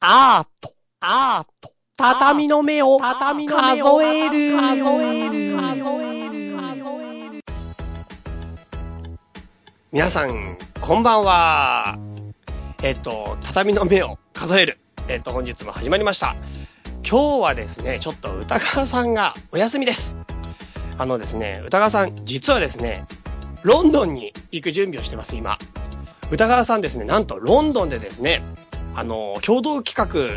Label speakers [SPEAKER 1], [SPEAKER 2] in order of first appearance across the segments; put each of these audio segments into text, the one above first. [SPEAKER 1] アート、アート、畳の目を、畳の目を数える、数える、数える、数える。
[SPEAKER 2] 皆さん、こんばんは。えっと、畳の目を数える。えっと、本日も始まりました。今日はですね、ちょっと歌川さんがお休みです。あのですね、歌川さん、実はですね、ロンドンに行く準備をしてます、今。歌川さんですね、なんとロンドンでですね、あの、共同企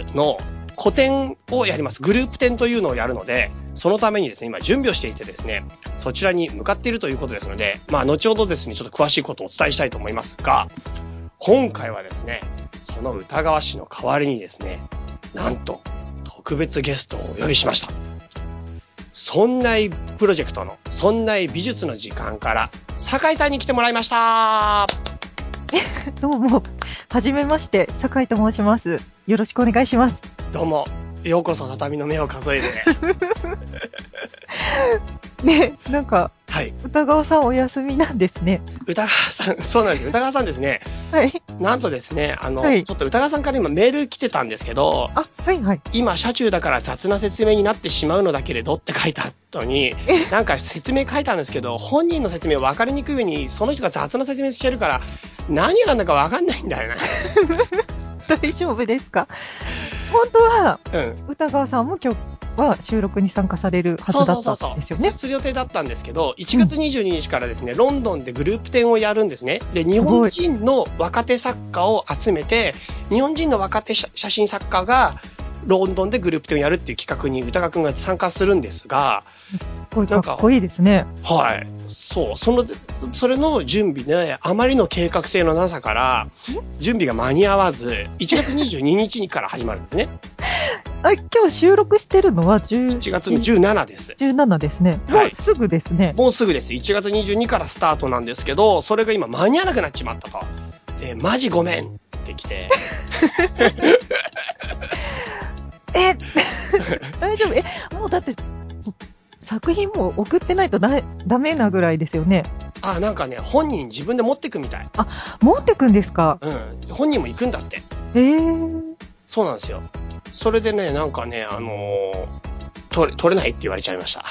[SPEAKER 2] 画の個展をやります。グループ展というのをやるので、そのためにですね、今準備をしていてですね、そちらに向かっているということですので、まあ、後ほどですね、ちょっと詳しいことをお伝えしたいと思いますが、今回はですね、その歌川氏の代わりにですね、なんと、特別ゲストをお呼びしました。そんないプロジェクトの、そんない美術の時間から、酒井さんに来てもらいました
[SPEAKER 3] どうも、はじめまして、酒井と申します。よろしくお願いします。
[SPEAKER 2] どうも、ようこそ畳の目を数 える。
[SPEAKER 3] ね、なんか、
[SPEAKER 2] はい。
[SPEAKER 3] 歌川さんお休みなんですね。
[SPEAKER 2] 歌川さん、そうなんですよ。歌川さんですね。
[SPEAKER 3] はい。
[SPEAKER 2] なんとですね、あの、
[SPEAKER 3] はい
[SPEAKER 2] ちょっと歌川さんから今メール来てたんですけど、
[SPEAKER 3] あ、はいはい。
[SPEAKER 2] 今、車中だから雑な説明になってしまうのだけれどって書いた後 に、なんか説明書いたんですけど、本人の説明分かりにくい上に、その人が雑な説明してるから、何が何だか分かんないんだよ
[SPEAKER 3] 大丈夫ですか本当は、
[SPEAKER 2] な。うん。
[SPEAKER 3] 歌川さんも今日は収録に参加されるはずだったんですよね。
[SPEAKER 2] する予定だったんですけど、1月22日からですね、ロンドンでグループ展をやるんですね。で、日本人の若手作家を集めて、日本人の若手写写真作家が、ロンドンでグループ展をやるっていう企画に歌川くんが参加するんですが、
[SPEAKER 3] これ
[SPEAKER 2] な
[SPEAKER 3] か
[SPEAKER 2] ん
[SPEAKER 3] っ
[SPEAKER 2] か
[SPEAKER 3] こいいですね。
[SPEAKER 2] はい。そう。その、そそれの準備で、あまりの計画性のなさから、準備が間に合わず、1月22日から始まるんですね。
[SPEAKER 3] あ、今日収録してるのは10
[SPEAKER 2] 1月の17です。
[SPEAKER 3] 17ですね。
[SPEAKER 2] はい
[SPEAKER 3] もうすぐですね。
[SPEAKER 2] もうすぐです。1月22からスタートなんですけど、それが今間に合わなくなっちまったと。で、マジごめんって来て。
[SPEAKER 3] え 大丈夫え、もうだって、作品も送ってないとだダメなぐらいですよね。
[SPEAKER 2] あ、なんかね、本人自分で持ってくみたい。
[SPEAKER 3] 持ってくんですか
[SPEAKER 2] うん。本人も行くんだって。
[SPEAKER 3] ええー。
[SPEAKER 2] そうなんですよ。それでね、なんかね、あのー、取れ、取れないって言われちゃいました。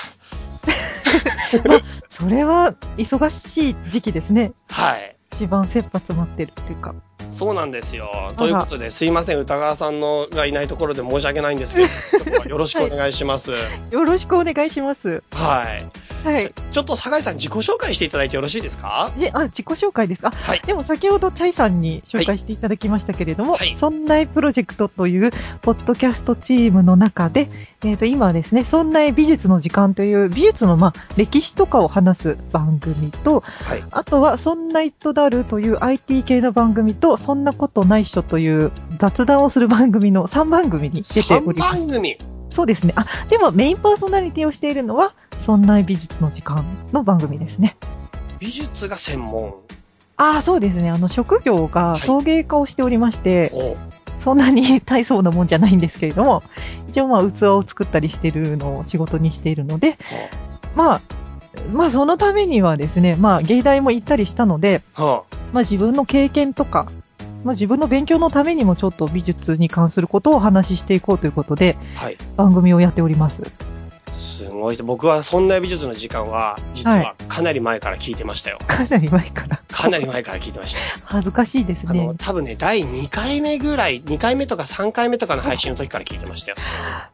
[SPEAKER 3] それは忙しい時期ですね。
[SPEAKER 2] はい。
[SPEAKER 3] 一番切羽詰まってるっていうか。
[SPEAKER 2] そうなんですよ。ということで、すいません、歌川さんのがいないところで申し訳ないん ですけど、そこはよろしくお願いします。
[SPEAKER 3] よろしくお願いします。
[SPEAKER 2] はい。
[SPEAKER 3] はい。
[SPEAKER 2] ちょっと酒井さん自己紹介していただいてよろしいですか
[SPEAKER 3] じあ、自己紹介ですか。
[SPEAKER 2] はい
[SPEAKER 3] でも先ほどチャイさんに紹介していただきましたけれども、
[SPEAKER 2] はいはい
[SPEAKER 3] そんないプロジェクトというポッドキャストチームの中で、えっ、と、今はですね、そんない美術の時間という美術のまあ歴史とかを話す番組と、
[SPEAKER 2] はい。
[SPEAKER 3] あとは、そんなイットダルという IT 系の番組と、そんなことないっしょという雑談をする番組の3番組に出てお
[SPEAKER 2] 3
[SPEAKER 3] ります
[SPEAKER 2] 番。組
[SPEAKER 3] そうですね。あ、でもメインパーソナリティをしているのは、そんな美術の時間の番組ですね。
[SPEAKER 2] 美術が専門。
[SPEAKER 3] ああ、そうですね。あの、職業が
[SPEAKER 2] い
[SPEAKER 3] 陶芸家をしておりまして、
[SPEAKER 2] お
[SPEAKER 3] そんなに大層なもんじゃないんですけれども、一応まあ、器を作ったりしてるのを仕事にしているので、まあ、まあ、そのためにはですね、まあ、芸大も行ったりしたので、
[SPEAKER 2] は
[SPEAKER 3] まあ、自分の経験とか、まあ、自分の勉強のためにもちょっと美術に関することをお話ししていこうということで
[SPEAKER 2] あ、はい。
[SPEAKER 3] 番組をやっております。
[SPEAKER 2] すごい。僕はそんな美術の時間は、実はかなり前から聞いてましたよ。
[SPEAKER 3] かなり前から。
[SPEAKER 2] かなり前から聞いてま した。
[SPEAKER 3] 恥ずかしいです
[SPEAKER 2] あの、
[SPEAKER 3] ね。
[SPEAKER 2] 多分ね、第2回目ぐらい、2回目とか3回目とかの配信の時から聞いてましたよ。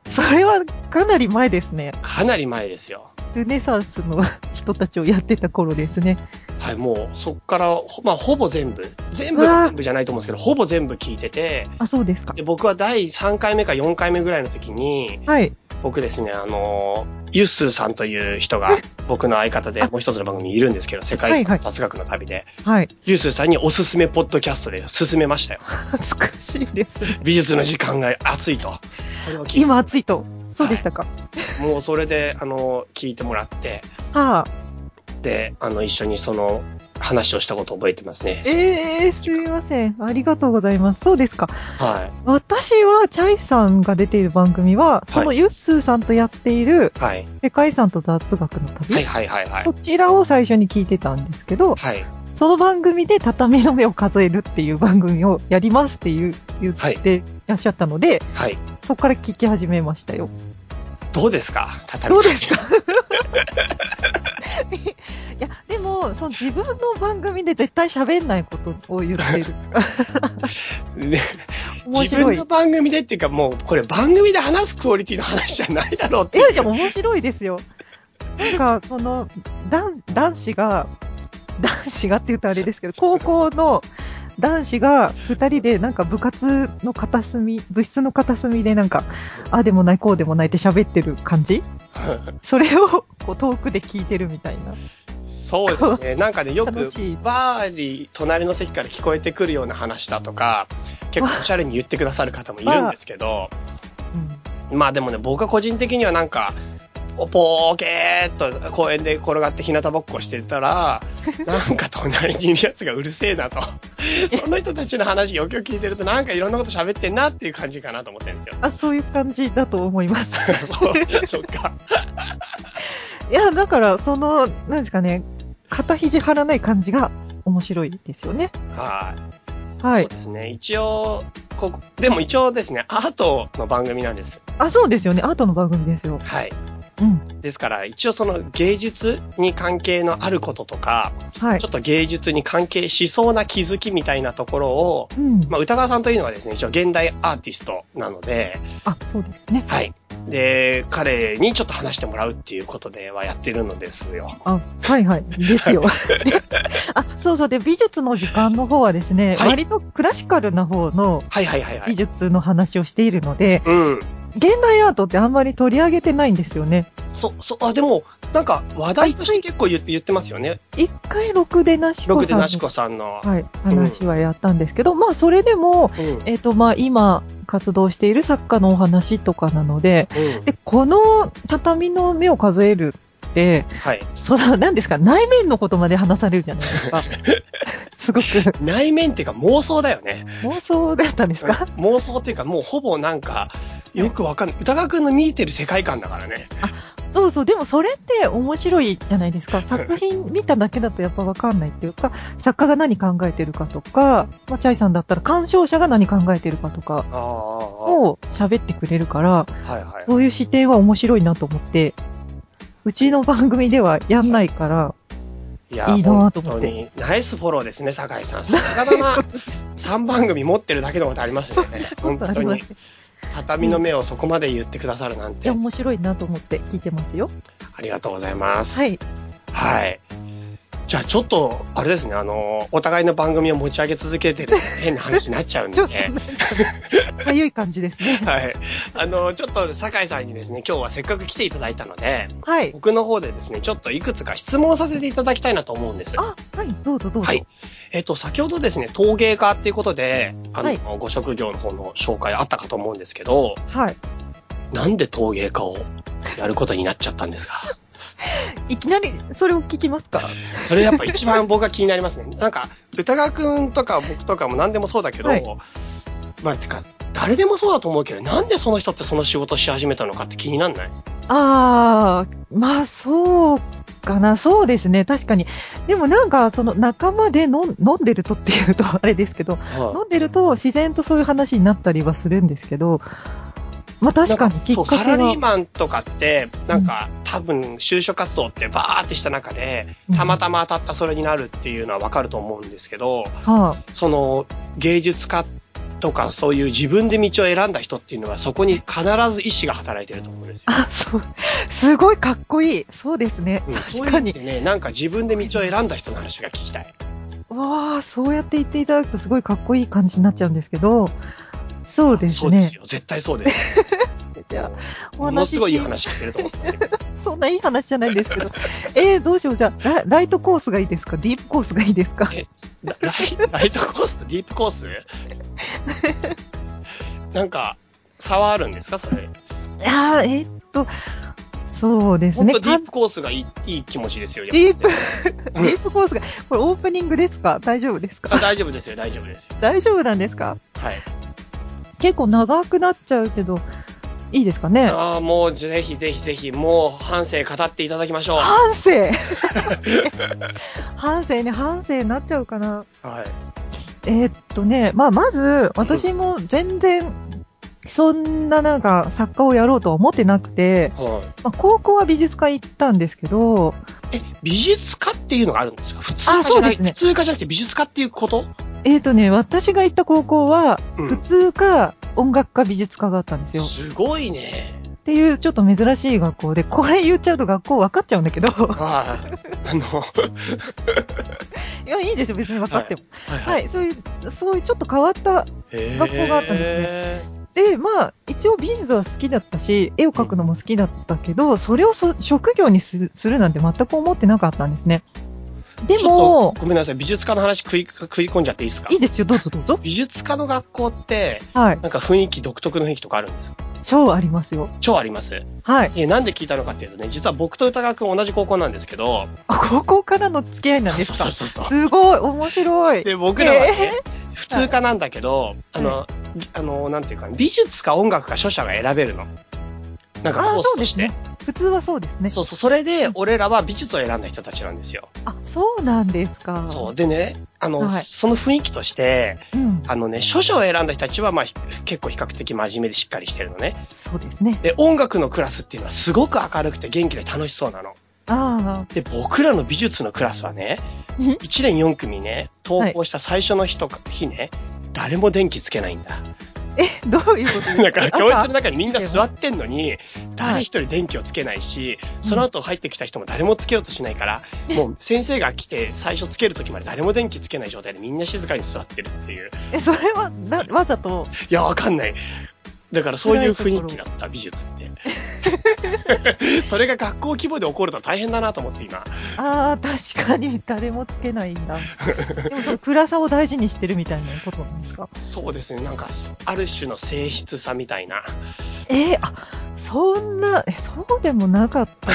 [SPEAKER 3] それはかなり前ですね。
[SPEAKER 2] かなり前ですよ。
[SPEAKER 3] ルネサンスの人たちをやってた頃ですね。
[SPEAKER 2] はい、もう、そっから、ほまあ、ほぼ全部。全部
[SPEAKER 3] うわ
[SPEAKER 2] が
[SPEAKER 3] ー
[SPEAKER 2] 全部じゃないと思うんですけど、ほぼ全部聞いてて、
[SPEAKER 3] あ、そうですか。
[SPEAKER 2] で、僕は第3回目か4回目ぐらいの時に、
[SPEAKER 3] はい。
[SPEAKER 2] 僕ですね、あのー、ユッスーさんという人が、僕の相方で、もう一つの番組にいるんですけど、世界遺
[SPEAKER 3] はいは
[SPEAKER 2] 産
[SPEAKER 3] い
[SPEAKER 2] 雑学の旅で、
[SPEAKER 3] はい。
[SPEAKER 2] ユースさんにおすすめポッドキャストで勧めましたよ。
[SPEAKER 3] 恥ずかしいですね。
[SPEAKER 2] 美術の時間が熱いと。これを聞い
[SPEAKER 3] 今暑いと。そうでしたか。
[SPEAKER 2] もうそれで、あの、聞いてもらって、
[SPEAKER 3] はあ。
[SPEAKER 2] で、あの、一緒にその話をしたことを覚えてますね。
[SPEAKER 3] ええー、すみません。ありがとうございます。そうですか。
[SPEAKER 2] は
[SPEAKER 3] 私は、チャイさんが出ている番組は、そのユッスーさんとやっている、
[SPEAKER 2] い。はい。
[SPEAKER 3] 世界遺産と雑学の旅、
[SPEAKER 2] はいはいはいはい
[SPEAKER 3] そ。ちらを最初に聞いてたんですけど、
[SPEAKER 2] はい。
[SPEAKER 3] その番組で畳の目を数えるっていう番組をやりますっていう言ってらっしゃったので、
[SPEAKER 2] はい。
[SPEAKER 3] そこから聞き始めましたよ。
[SPEAKER 2] どうですか畳
[SPEAKER 3] どうですかいや、でも、その自分の番組で絶対喋んないことを言ってる。
[SPEAKER 2] ね
[SPEAKER 3] 面
[SPEAKER 2] 自
[SPEAKER 3] 白
[SPEAKER 2] 分
[SPEAKER 3] い。い
[SPEAKER 2] の番組でっていうかもう、これ番組で話すクオリティの話じゃないだろうっていう。
[SPEAKER 3] や、でも面白いですよ。なんか、その、男、男子が、男子がって言うとあれですけど、高校の男子が二人でなんか部活の片隅、部室の片隅でなんか、ああでもないこうでもないって喋ってる感 じそれをこう遠くで聞いてるみたいな。
[SPEAKER 2] そうです ね。なんかね、よく
[SPEAKER 3] 楽しい、
[SPEAKER 2] バーに隣の席から聞こえてくるような話だとか、結構おしゃれに言ってくださる方もいるんですけど、
[SPEAKER 3] うん
[SPEAKER 2] まあでもね、僕は個人的にはなんか、おぽーけーっと公園で転がって日向ぼっこして たら、なんか隣にいるやつがうるせえなと。その人たちの話よくよく聞いてると、なんかいろんなこと喋ってんなっていう感じかなと思ってるんですよ。
[SPEAKER 3] あ、そういう感じだと思います。
[SPEAKER 2] そう、そっか。
[SPEAKER 3] いや、だから、その、なんですかね、肩肘張らない感じが面白いですよね。
[SPEAKER 2] はい。
[SPEAKER 3] は
[SPEAKER 2] そう
[SPEAKER 3] い。
[SPEAKER 2] ですね。一応、ここ、でも一応ですね、アートの番組なんです。
[SPEAKER 3] あ、そうですよね。アートの番組ですよ。
[SPEAKER 2] はい。
[SPEAKER 3] うん。
[SPEAKER 2] ですから、一応その芸術に関係のあることとか、
[SPEAKER 3] はい
[SPEAKER 2] ちょ。っと芸術に関係しそうな気づきみたいなところを、
[SPEAKER 3] うん。
[SPEAKER 2] まあ、歌川さんというのはですね、一応現代アーティストなので、
[SPEAKER 3] あ、そうですね。
[SPEAKER 2] はい。で、彼にちょっと話してもらうっていうことではやってるのですよ。
[SPEAKER 3] あ、はいはい。ですよ。であ、そうそう。で、美術の時間の方はですね、
[SPEAKER 2] はい
[SPEAKER 3] 割とクラシカルな方の
[SPEAKER 2] はいはいはいは
[SPEAKER 3] 美
[SPEAKER 2] い。
[SPEAKER 3] 術の話をしているので、
[SPEAKER 2] うん。
[SPEAKER 3] 現代アートってあんまり取り上げてないんですよね。
[SPEAKER 2] そ、そ、あ、でも、なんか話題として結構言言ってますよね。
[SPEAKER 3] 一回、ろくでなしこ
[SPEAKER 2] 六で
[SPEAKER 3] さんの
[SPEAKER 2] なしこさんの。
[SPEAKER 3] はい、話はやったんですけど、まあ、それでも、
[SPEAKER 2] うん。うん。
[SPEAKER 3] えっ、と、まあ、今、活動している作家のお話とかなので、で、この畳の目を数えるって、
[SPEAKER 2] はい。
[SPEAKER 3] その、なんですか、内面のことまで話されるじゃないです か。すごく、
[SPEAKER 2] 内面っていうか妄想だよね。
[SPEAKER 3] 妄想だったんですか
[SPEAKER 2] 妄想っていうかもうほぼなんか、よくわかんない。歌川くんの見えてる世界観だからね。
[SPEAKER 3] そうそう、でもそれって面白いじゃないですか。作品見ただけだとやっぱわかんないっていうか、作家が何考えてるかとか、まあ、チャイさんだったら鑑賞者が何考えてるかとか
[SPEAKER 2] ああ、は
[SPEAKER 3] を喋ってくれるから、
[SPEAKER 2] いはい。
[SPEAKER 3] そういう視点は面白いなと思って、うちの番組ではやんないから、
[SPEAKER 2] いや、
[SPEAKER 3] いいなぁと思って
[SPEAKER 2] 本当にナイスフォローですね、酒井さん。さすが だな。3番組持ってるだけのことありますよね。
[SPEAKER 3] ちょ
[SPEAKER 2] 本
[SPEAKER 3] っとあ
[SPEAKER 2] 当
[SPEAKER 3] りま
[SPEAKER 2] に
[SPEAKER 3] す。。い
[SPEAKER 2] 畳の目をそこまで言ってくださるなんて
[SPEAKER 3] や、。面白いなと思って聞いてますよ。
[SPEAKER 2] ありがとうございます。
[SPEAKER 3] はい。。
[SPEAKER 2] はい。じゃあちょっと、あれですね、あの、お互いの番組を持ち上げ続けてるの変な話になっちゃうん
[SPEAKER 3] ちょ
[SPEAKER 2] で
[SPEAKER 3] っと
[SPEAKER 2] ね
[SPEAKER 3] なん。か、かゆい感じですね。
[SPEAKER 2] はい。あの、ちょっと酒井さんにですね、今日はせっかく来ていただいたので、
[SPEAKER 3] はい。
[SPEAKER 2] 僕の方でですね、ちょっといくつか質問させていただきたいなと思うんです。
[SPEAKER 3] あ、はい、どうぞどうぞ。
[SPEAKER 2] はい。えっと、先ほどですね、陶芸家っていうことで、あの、
[SPEAKER 3] はい
[SPEAKER 2] ご職業の方の紹介あったかと思うんですけど、
[SPEAKER 3] はい。
[SPEAKER 2] なんで陶芸家をやることになっちゃったんですか
[SPEAKER 3] いきなり、それを聞きますか
[SPEAKER 2] それやっぱ一番僕が気になりますね。なんか、歌川くんとか僕とかも何でもそうだけど、
[SPEAKER 3] はい
[SPEAKER 2] まあ、てか、誰でもそうだと思うけど、なんでその人ってその仕事し始めたのかって気になんない
[SPEAKER 3] ああ、まあそうかな。そうですね。確かに。でもなんか、その仲間で飲ん飲んでるとっていうとあれですけど、飲んでると自然とそういう話になったりはするんですけど、まあ確かにきっ
[SPEAKER 2] そう、
[SPEAKER 3] か
[SPEAKER 2] サ
[SPEAKER 3] け
[SPEAKER 2] ラリ
[SPEAKER 3] は
[SPEAKER 2] ー。マンとかって、なんか、多分、就職活動ってバーってした中で、たまたま当たったそれになるっていうのはわかると思うんですけど、
[SPEAKER 3] は
[SPEAKER 2] その、芸術家とか、そういう自分で道を選んだ人っていうのは、そこに必ず意志が働いてると思うんですよ。
[SPEAKER 3] あ、あ、そう。すごいかっこいい。そうですね。
[SPEAKER 2] うん、そう
[SPEAKER 3] 確
[SPEAKER 2] いう
[SPEAKER 3] か
[SPEAKER 2] 意味
[SPEAKER 3] に。
[SPEAKER 2] でね、なんか自分で道を選んだ人の話が聞きたい。
[SPEAKER 3] わあ、そうやって言っていただくとすごいかっこいい感じになっちゃうんですけど、そうです
[SPEAKER 2] そうで
[SPEAKER 3] ね
[SPEAKER 2] す。よ。絶対そう です。
[SPEAKER 3] じゃあお
[SPEAKER 2] も
[SPEAKER 3] 話し
[SPEAKER 2] のすごいいい話聞けると思うんですよ。
[SPEAKER 3] そんないい話じゃないんですけど。 えー、どうしよう。じゃあラ、ライトコースがいいですかディープコースがいいですか
[SPEAKER 2] えラライ ライトコースとディープコース なんか、差はあるんですかそれ。
[SPEAKER 3] あーえーっと、そうです
[SPEAKER 2] 本
[SPEAKER 3] ね。
[SPEAKER 2] 当ディ
[SPEAKER 3] か
[SPEAKER 2] ープコースがいいいい気持ちですよ。
[SPEAKER 3] ディープ
[SPEAKER 2] やっ
[SPEAKER 3] ディープコースが、これオープニングですか大丈夫です
[SPEAKER 2] ぱり
[SPEAKER 3] か
[SPEAKER 2] あ大丈夫ですよ、大丈夫ですよ。
[SPEAKER 3] 大丈夫なんですか
[SPEAKER 2] はい。
[SPEAKER 3] 結構長くなっちゃうけど、いいですかね。
[SPEAKER 2] ああ、もうぜひぜひぜひ、もう半生語っていただきましょう。は
[SPEAKER 3] 反省反省ね、反省になっちゃうかな。
[SPEAKER 2] い。
[SPEAKER 3] えーっとね、まあ、まず、私も全然、そんななんか作家をやろうとは思ってなくて、
[SPEAKER 2] は
[SPEAKER 3] まあ、高校は美術科行ったんですけど、
[SPEAKER 2] い。え、美術家っていうのがあるんですか普通科じゃ
[SPEAKER 3] そう
[SPEAKER 2] な
[SPEAKER 3] で
[SPEAKER 2] い、
[SPEAKER 3] すね
[SPEAKER 2] 普通科じゃなくて美術家っていうこと
[SPEAKER 3] えーっとね、私が行った高校は、
[SPEAKER 2] う
[SPEAKER 3] 普
[SPEAKER 2] ん。
[SPEAKER 3] 通科、音楽科、美術科があったんですよ。
[SPEAKER 2] すごいね。
[SPEAKER 3] っていう、ちょっと珍しい学校で、これ言っちゃうと学校分かっちゃうんだけど、
[SPEAKER 2] はい。あの、
[SPEAKER 3] いや、いいですよ、別に分かっても。
[SPEAKER 2] はい
[SPEAKER 3] はい、そういう、そういうちょっと変わった、学校があったんですね
[SPEAKER 2] ね。
[SPEAKER 3] で、まあ、一応美術は好きだったし、絵を描くのも好きだったけど、それをそ職業にすするなんて全く思ってなかったんですね。で
[SPEAKER 2] ちょっ
[SPEAKER 3] も
[SPEAKER 2] と、ごめんなさい、美術家の話食い、食い込んじゃっていいですか
[SPEAKER 3] いいですよ、どうぞどうぞ。
[SPEAKER 2] 美術家の学校って、
[SPEAKER 3] はい。
[SPEAKER 2] なんか雰囲気独特の雰囲気とかあるんですか
[SPEAKER 3] 超ありますよ。
[SPEAKER 2] 超あります。
[SPEAKER 3] はい。
[SPEAKER 2] え、なんで聞いたのかっていうとね、実は僕と歌川くん同じ高校なんですけど、
[SPEAKER 3] あ高校からの付き合いなんです
[SPEAKER 2] そ
[SPEAKER 3] か
[SPEAKER 2] うそうそうそう。
[SPEAKER 3] すごい、面白い。
[SPEAKER 2] で、僕らはね、普通科なんだけど、あの、あの、なんていうか、美術か音楽か著者が選べるの。なんか
[SPEAKER 3] あ
[SPEAKER 2] コー
[SPEAKER 3] そ
[SPEAKER 2] ス
[SPEAKER 3] う
[SPEAKER 2] と
[SPEAKER 3] で
[SPEAKER 2] し
[SPEAKER 3] す
[SPEAKER 2] て。
[SPEAKER 3] ね。普通はそうですね。
[SPEAKER 2] そうそう、それで、俺らは美術を選んだ人たちなんですよ。
[SPEAKER 3] あ、そうなんですか。
[SPEAKER 2] そう。でね、あの、
[SPEAKER 3] はい
[SPEAKER 2] その雰囲気として、
[SPEAKER 3] う。うん。
[SPEAKER 2] あのね、著者を選んだ人たちは、まあ、ひ結構比較的真面目でしっかりしてるのね。
[SPEAKER 3] そうですね。
[SPEAKER 2] で、音楽のクラスっていうのはすごく明るくて元気で楽しそうなの。
[SPEAKER 3] あ
[SPEAKER 2] で、僕らの美術のクラスはね、
[SPEAKER 3] うん
[SPEAKER 2] 1年4組ね、登校した最初の日とか、日ね、誰も電気つけないんだ。
[SPEAKER 3] あ。え、どういうことですか
[SPEAKER 2] なんか、教室の
[SPEAKER 3] 朝
[SPEAKER 2] 中にみんな座ってんのに、誰一人電気をつけないし、その後入ってきた人も誰もつけようとしないから、もう先生が来て最初つける時まで誰も電気つけない状態でみんな静かに座ってるっていう。
[SPEAKER 3] え、それは、な、わざと、
[SPEAKER 2] いや、わかんない。だからそういう雰囲気だった、美 術って。それが学校規模で起こると大変だなと思って今。
[SPEAKER 3] ああ、確かに誰もつけないんだ。でもその暗さを大事にしてるみたいなことなんですか
[SPEAKER 2] そうですね、なんか、ある種の性質さみたいな。
[SPEAKER 3] えーあ、そんな、え、そうでもなか った。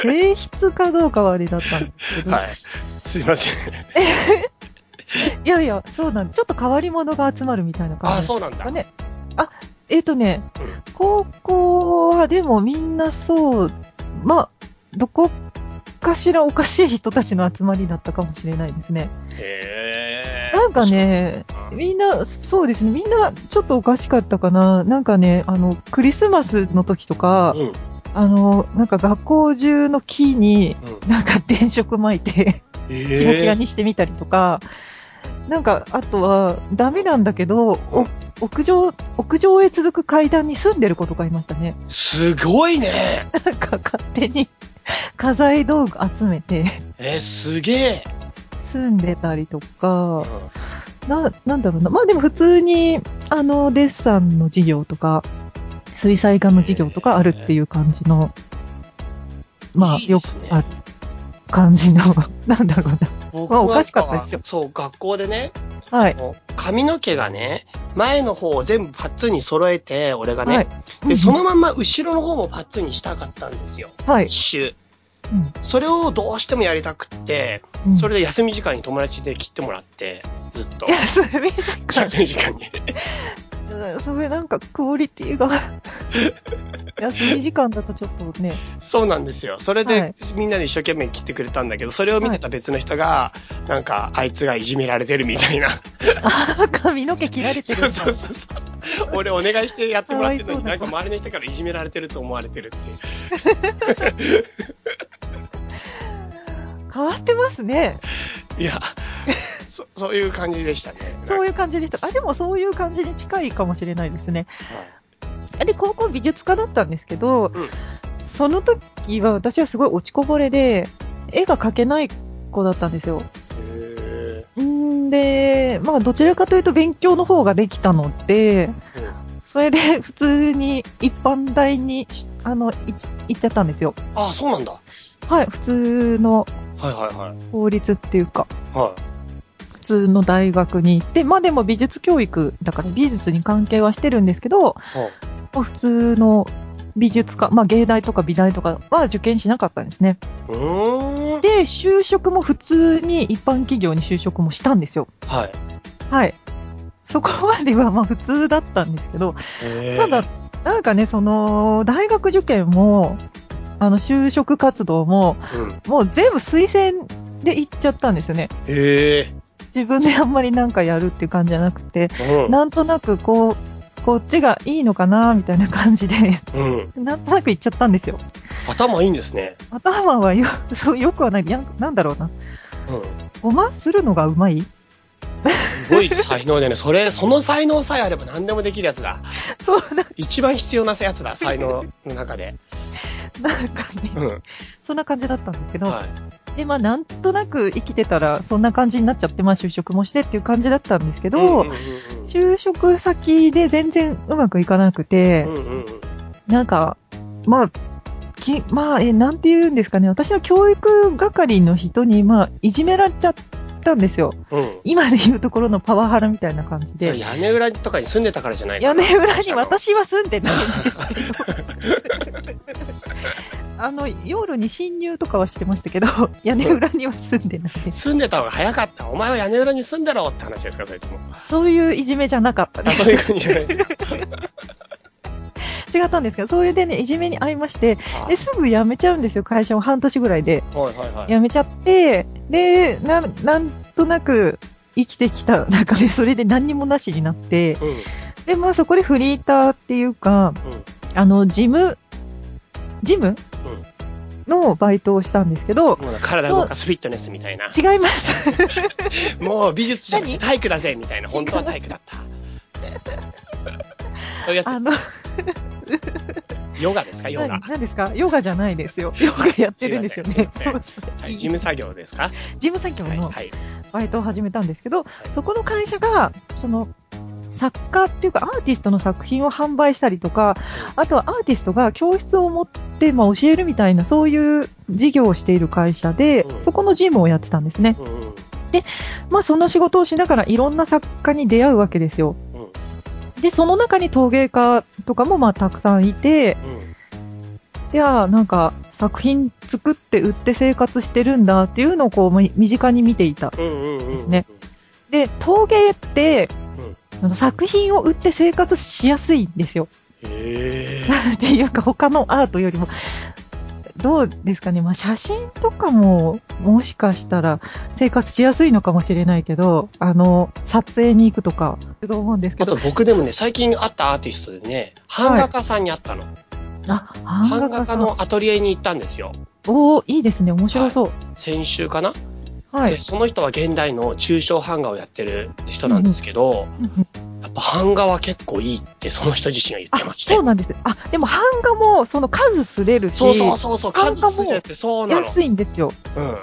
[SPEAKER 3] 性質かどうかはあれだったんですけど。
[SPEAKER 2] はい。すいません。
[SPEAKER 3] いやいや、そうなんちょっと変わり者が集まるみたいな感じ
[SPEAKER 2] あ、
[SPEAKER 3] です
[SPEAKER 2] そうなんだ
[SPEAKER 3] か。ね。あ、えっ、とね、
[SPEAKER 2] うん
[SPEAKER 3] 高校はでもみんなそう、まあ、どこかしらおかしい人たちの集まりだったかもしれないですね。
[SPEAKER 2] へー
[SPEAKER 3] なんか、ね、みんな、そうですね、みんなちょっとおかしかったかな。なんかね、あの、クリスマスの時とか
[SPEAKER 2] う、ん、
[SPEAKER 3] あの、なんか学校中の木に、
[SPEAKER 2] うん。
[SPEAKER 3] なんか電飾巻いて、キラキラ
[SPEAKER 2] ええ
[SPEAKER 3] にしてみたりとか、なんか、あとは、ダメなんだけど、お屋上、屋上へ続く階段に住んでる子とかいましたね。
[SPEAKER 2] すごいね。
[SPEAKER 3] なんか勝手に家財道具集めて
[SPEAKER 2] えー、すげえ。
[SPEAKER 3] 住んでたりとか
[SPEAKER 2] う、ん
[SPEAKER 3] な、なんだろうな。まあでも普通に、あの、デッサンの授業とか、水彩画の授業とかあるっていう感じの、まあ、
[SPEAKER 2] いいで
[SPEAKER 3] よく
[SPEAKER 2] すね
[SPEAKER 3] ある感じの、 なんだろう
[SPEAKER 2] 僕
[SPEAKER 3] まあ
[SPEAKER 2] は
[SPEAKER 3] おかしかったですよ
[SPEAKER 2] そう、学校でね、
[SPEAKER 3] な。はい。
[SPEAKER 2] こう髪の毛がね、前の方を全部パッツンに揃えて、俺がね、
[SPEAKER 3] はい。
[SPEAKER 2] で、そのまんま後ろの方もパッツンにしたかったんですよ。
[SPEAKER 3] はい
[SPEAKER 2] 一。周。
[SPEAKER 3] うん
[SPEAKER 2] それをどうしてもやりたくって、
[SPEAKER 3] うん
[SPEAKER 2] それで休み時間に友達で切ってもらって、ずっと。
[SPEAKER 3] 休み時間。
[SPEAKER 2] 休み時間に。
[SPEAKER 3] うんそれなんかクオリティが。休み時間だとちょっとね。
[SPEAKER 2] そうなんですよ。それ
[SPEAKER 3] は
[SPEAKER 2] で
[SPEAKER 3] い、
[SPEAKER 2] みんなで一生懸命切ってくれたんだけど、それを見てた別の人が、なんか、あいつがいじめられてるみたいな。
[SPEAKER 3] あ髪の毛切られて
[SPEAKER 2] そう
[SPEAKER 3] るんだ。
[SPEAKER 2] そうそうそう。俺お願いしてやってもらってるの
[SPEAKER 3] か
[SPEAKER 2] に、な
[SPEAKER 3] わ
[SPEAKER 2] ん
[SPEAKER 3] い
[SPEAKER 2] か
[SPEAKER 3] そうだ
[SPEAKER 2] 周りの人からいじめられてると思われてるっていう。
[SPEAKER 3] 変わってますね。
[SPEAKER 2] いや、そそういう感じでしたね。
[SPEAKER 3] そう
[SPEAKER 2] いう。
[SPEAKER 3] いう感じでした。あ、でもそういう感じに近いかもしれないですね。で、高校美術科だったんですけど、
[SPEAKER 2] うん
[SPEAKER 3] その時は私はすごい落ちこぼれで、絵が描けない子だったんですよ。
[SPEAKER 2] へ
[SPEAKER 3] んで、まあどちらかというと勉強の方ができたので、
[SPEAKER 2] ーうん
[SPEAKER 3] それで 普通に一般大に、あの、い行っちゃったんですよ。
[SPEAKER 2] ああ、そうなんだ。はい
[SPEAKER 3] はい、普通の
[SPEAKER 2] はいはい。
[SPEAKER 3] 法律っていうか、
[SPEAKER 2] は
[SPEAKER 3] 普通の大学に行って、まあでも美術教育だから美術に関係はしてるんですけど、
[SPEAKER 2] い。は
[SPEAKER 3] まあ普通の美術科、まあ芸大とか美大とかは受験しなかったんですね。
[SPEAKER 2] い、うーん。
[SPEAKER 3] で、就職も普通に一般企業に就職もしたんですよ。
[SPEAKER 2] はい。
[SPEAKER 3] はい。そこまではまあ普通だったんですけど、
[SPEAKER 2] へー
[SPEAKER 3] ただ、なんかね、その、大学受験も、あの、就職活動も、
[SPEAKER 2] うん。
[SPEAKER 3] もう全部推薦で行っちゃったんですよね。
[SPEAKER 2] へえ。
[SPEAKER 3] 自分であんまりなんかやるっていう感じじゃなくて、
[SPEAKER 2] うん。
[SPEAKER 3] なんとなくこう、こっちがいいのかな、みたいな感じで、
[SPEAKER 2] うん。
[SPEAKER 3] なんとなく行っちゃったんですよ。
[SPEAKER 2] 頭いいんですね。
[SPEAKER 3] 頭はよ、そう、よくはない。やんなんだろうな。
[SPEAKER 2] うん。
[SPEAKER 3] ごまするのがうまい
[SPEAKER 2] すごい才能だよね。それ、その才能さえあれば何でもできるやつだ。
[SPEAKER 3] そう、な
[SPEAKER 2] 一番必要なやつだ、才能の中で。
[SPEAKER 3] なんかね、
[SPEAKER 2] うん。
[SPEAKER 3] そんな感じだったんですけど、
[SPEAKER 2] はい。
[SPEAKER 3] で、まあ、なんとなく生きてたら、そんな感じになっちゃって、まあ、就職もしてっていう感じだったんですけど、
[SPEAKER 2] んんうん
[SPEAKER 3] 就職先で全然うまくいかなくて、
[SPEAKER 2] うんうんうん
[SPEAKER 3] なんか、まあ、き、まあ、え、なんて言うんですかね、私の教育係の人に、まあ、いじめられちゃったんですよ。
[SPEAKER 2] うん。
[SPEAKER 3] 今で言うところのパワハラみたいな感じ
[SPEAKER 2] それ
[SPEAKER 3] で。
[SPEAKER 2] 屋根裏とかに住んでたからじゃない
[SPEAKER 3] 屋
[SPEAKER 2] かな
[SPEAKER 3] 根裏に私は住んでないんですけど。 あの、夜に侵入とかはしてましたけど、屋根裏には住んでないです。
[SPEAKER 2] 住んでた方が早かった。お前は屋根裏に住んでろって話ですか、それとも。
[SPEAKER 3] そういういじめじゃなかったで
[SPEAKER 2] あ、
[SPEAKER 3] す
[SPEAKER 2] そういう感じじゃないですか。
[SPEAKER 3] 違ったんですけど、それでね、いじめに遭いまして、で、すぐ辞めちゃうんですよ、会社を半年ぐらいで。
[SPEAKER 2] あはいはいはい。
[SPEAKER 3] 辞めちゃって、で、な、なんとなく生きてきた中で、それで何にもなしになって、
[SPEAKER 2] うん。
[SPEAKER 3] で、まあそこでフリーターっていうか、
[SPEAKER 2] うん
[SPEAKER 3] あの、ジム、ジム、のバイトをしたんですけど、
[SPEAKER 2] もう体動かすフィットネスみたいな。
[SPEAKER 3] 違います。
[SPEAKER 2] もう美術じゃなくて体育だぜみたいな。本当は体育だった。そういうや
[SPEAKER 3] あ
[SPEAKER 2] つ
[SPEAKER 3] の
[SPEAKER 2] で、す。ヨガですか、ヨガ
[SPEAKER 3] 何。何ですかヨガじゃないですよ。ヨガやってるんですよ
[SPEAKER 2] すい
[SPEAKER 3] ね。
[SPEAKER 2] ませ ん
[SPEAKER 3] そうそう
[SPEAKER 2] はい、事務作業ですか
[SPEAKER 3] 事務作業
[SPEAKER 2] はい、
[SPEAKER 3] の
[SPEAKER 2] はい。
[SPEAKER 3] バイトを始めたんですけど、そこの会社が、その、作家っていうかアーティストの作品を販売したりとか、あとはアーティストが教室を持って、まあ、教えるみたいな、そういう事業をしている会社で
[SPEAKER 2] う、ん
[SPEAKER 3] そこのジムをやってたんですね。
[SPEAKER 2] うんうん。
[SPEAKER 3] まあ、その仕事をしながらいろんな作家に出会うわけですよ。
[SPEAKER 2] うん。
[SPEAKER 3] で、その中に陶芸家とかもまあたくさんいて、
[SPEAKER 2] うん。
[SPEAKER 3] で、ああ、なんか作品作って売って生活してるんだっていうのをこうま身近に見ていた。
[SPEAKER 2] うんうんうん。
[SPEAKER 3] ですね。で、陶芸って、
[SPEAKER 2] うん
[SPEAKER 3] あの作品を売って生活しやすいんですよ。
[SPEAKER 2] へ
[SPEAKER 3] っていうか他のアートよりも。どうですかね、まあ、写真とかも、もしかしたら生活しやすいのかもしれないけど、あの、撮影に行くとか、と思うんです
[SPEAKER 2] え。
[SPEAKER 3] け
[SPEAKER 2] あと
[SPEAKER 3] ど。
[SPEAKER 2] 僕でもね、最近会ったアーティストでね、版画家さんに会ったの。
[SPEAKER 3] あ、
[SPEAKER 2] 版画家
[SPEAKER 3] さん
[SPEAKER 2] のアトリエに行ったんですよ。
[SPEAKER 3] おーいいですね、面白そう。
[SPEAKER 2] 先週かな、
[SPEAKER 3] はい。
[SPEAKER 2] で、その人は現代の抽象版画をやってる人なんですけど、やっぱ版画は結構いいってその人自身が言
[SPEAKER 3] あ
[SPEAKER 2] ってまし、て
[SPEAKER 3] そう。なんです。あ、でも版画も、その数すれるし、
[SPEAKER 2] そうそうそうそう、
[SPEAKER 3] 版
[SPEAKER 2] 数
[SPEAKER 3] 画も
[SPEAKER 2] するってそうなの。
[SPEAKER 3] 安いんですよ。
[SPEAKER 2] うん。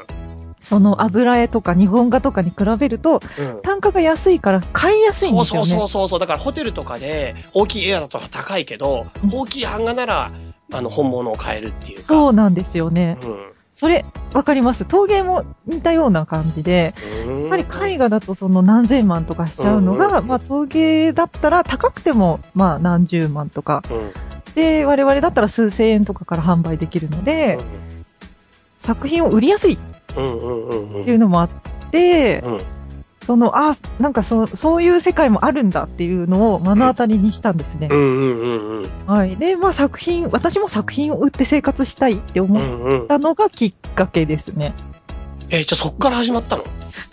[SPEAKER 3] その油絵とか日本画とかに比べると、
[SPEAKER 2] うん。
[SPEAKER 3] 単価が安いから買いやすいん
[SPEAKER 2] そ
[SPEAKER 3] で
[SPEAKER 2] う
[SPEAKER 3] す
[SPEAKER 2] そ
[SPEAKER 3] よ
[SPEAKER 2] う
[SPEAKER 3] ね。
[SPEAKER 2] そうそうそう。だからホテルとかで大きい絵だと高いけど、
[SPEAKER 3] うん
[SPEAKER 2] 大きい版画なら、あの、本物を買えるっていうか。
[SPEAKER 3] そうなんですよね。
[SPEAKER 2] うん。
[SPEAKER 3] それ、わかります。陶芸も似たような感じで、
[SPEAKER 2] うん。
[SPEAKER 3] やっぱり絵画だとその何千万とかしちゃうの
[SPEAKER 2] うんうん
[SPEAKER 3] が、
[SPEAKER 2] うん
[SPEAKER 3] まあ陶芸だったら高くても、まあ何十万とか。
[SPEAKER 2] うん。
[SPEAKER 3] で、我々だったら数千円とかから販売できるので、作品を売りやすいっ
[SPEAKER 2] うんうんうんうん。
[SPEAKER 3] ていうのもあって、
[SPEAKER 2] うん。
[SPEAKER 3] その、あ、なんかそそういう世界もあるんだっていうのを目の当たりにしたんですね
[SPEAKER 2] う。んうんうんうん。
[SPEAKER 3] はい。で、まあ作品、私も作品を売って生活したいって
[SPEAKER 2] う
[SPEAKER 3] 思っ
[SPEAKER 2] んうん。
[SPEAKER 3] たのがきっかけですね。
[SPEAKER 2] え、じゃあそっから始まったの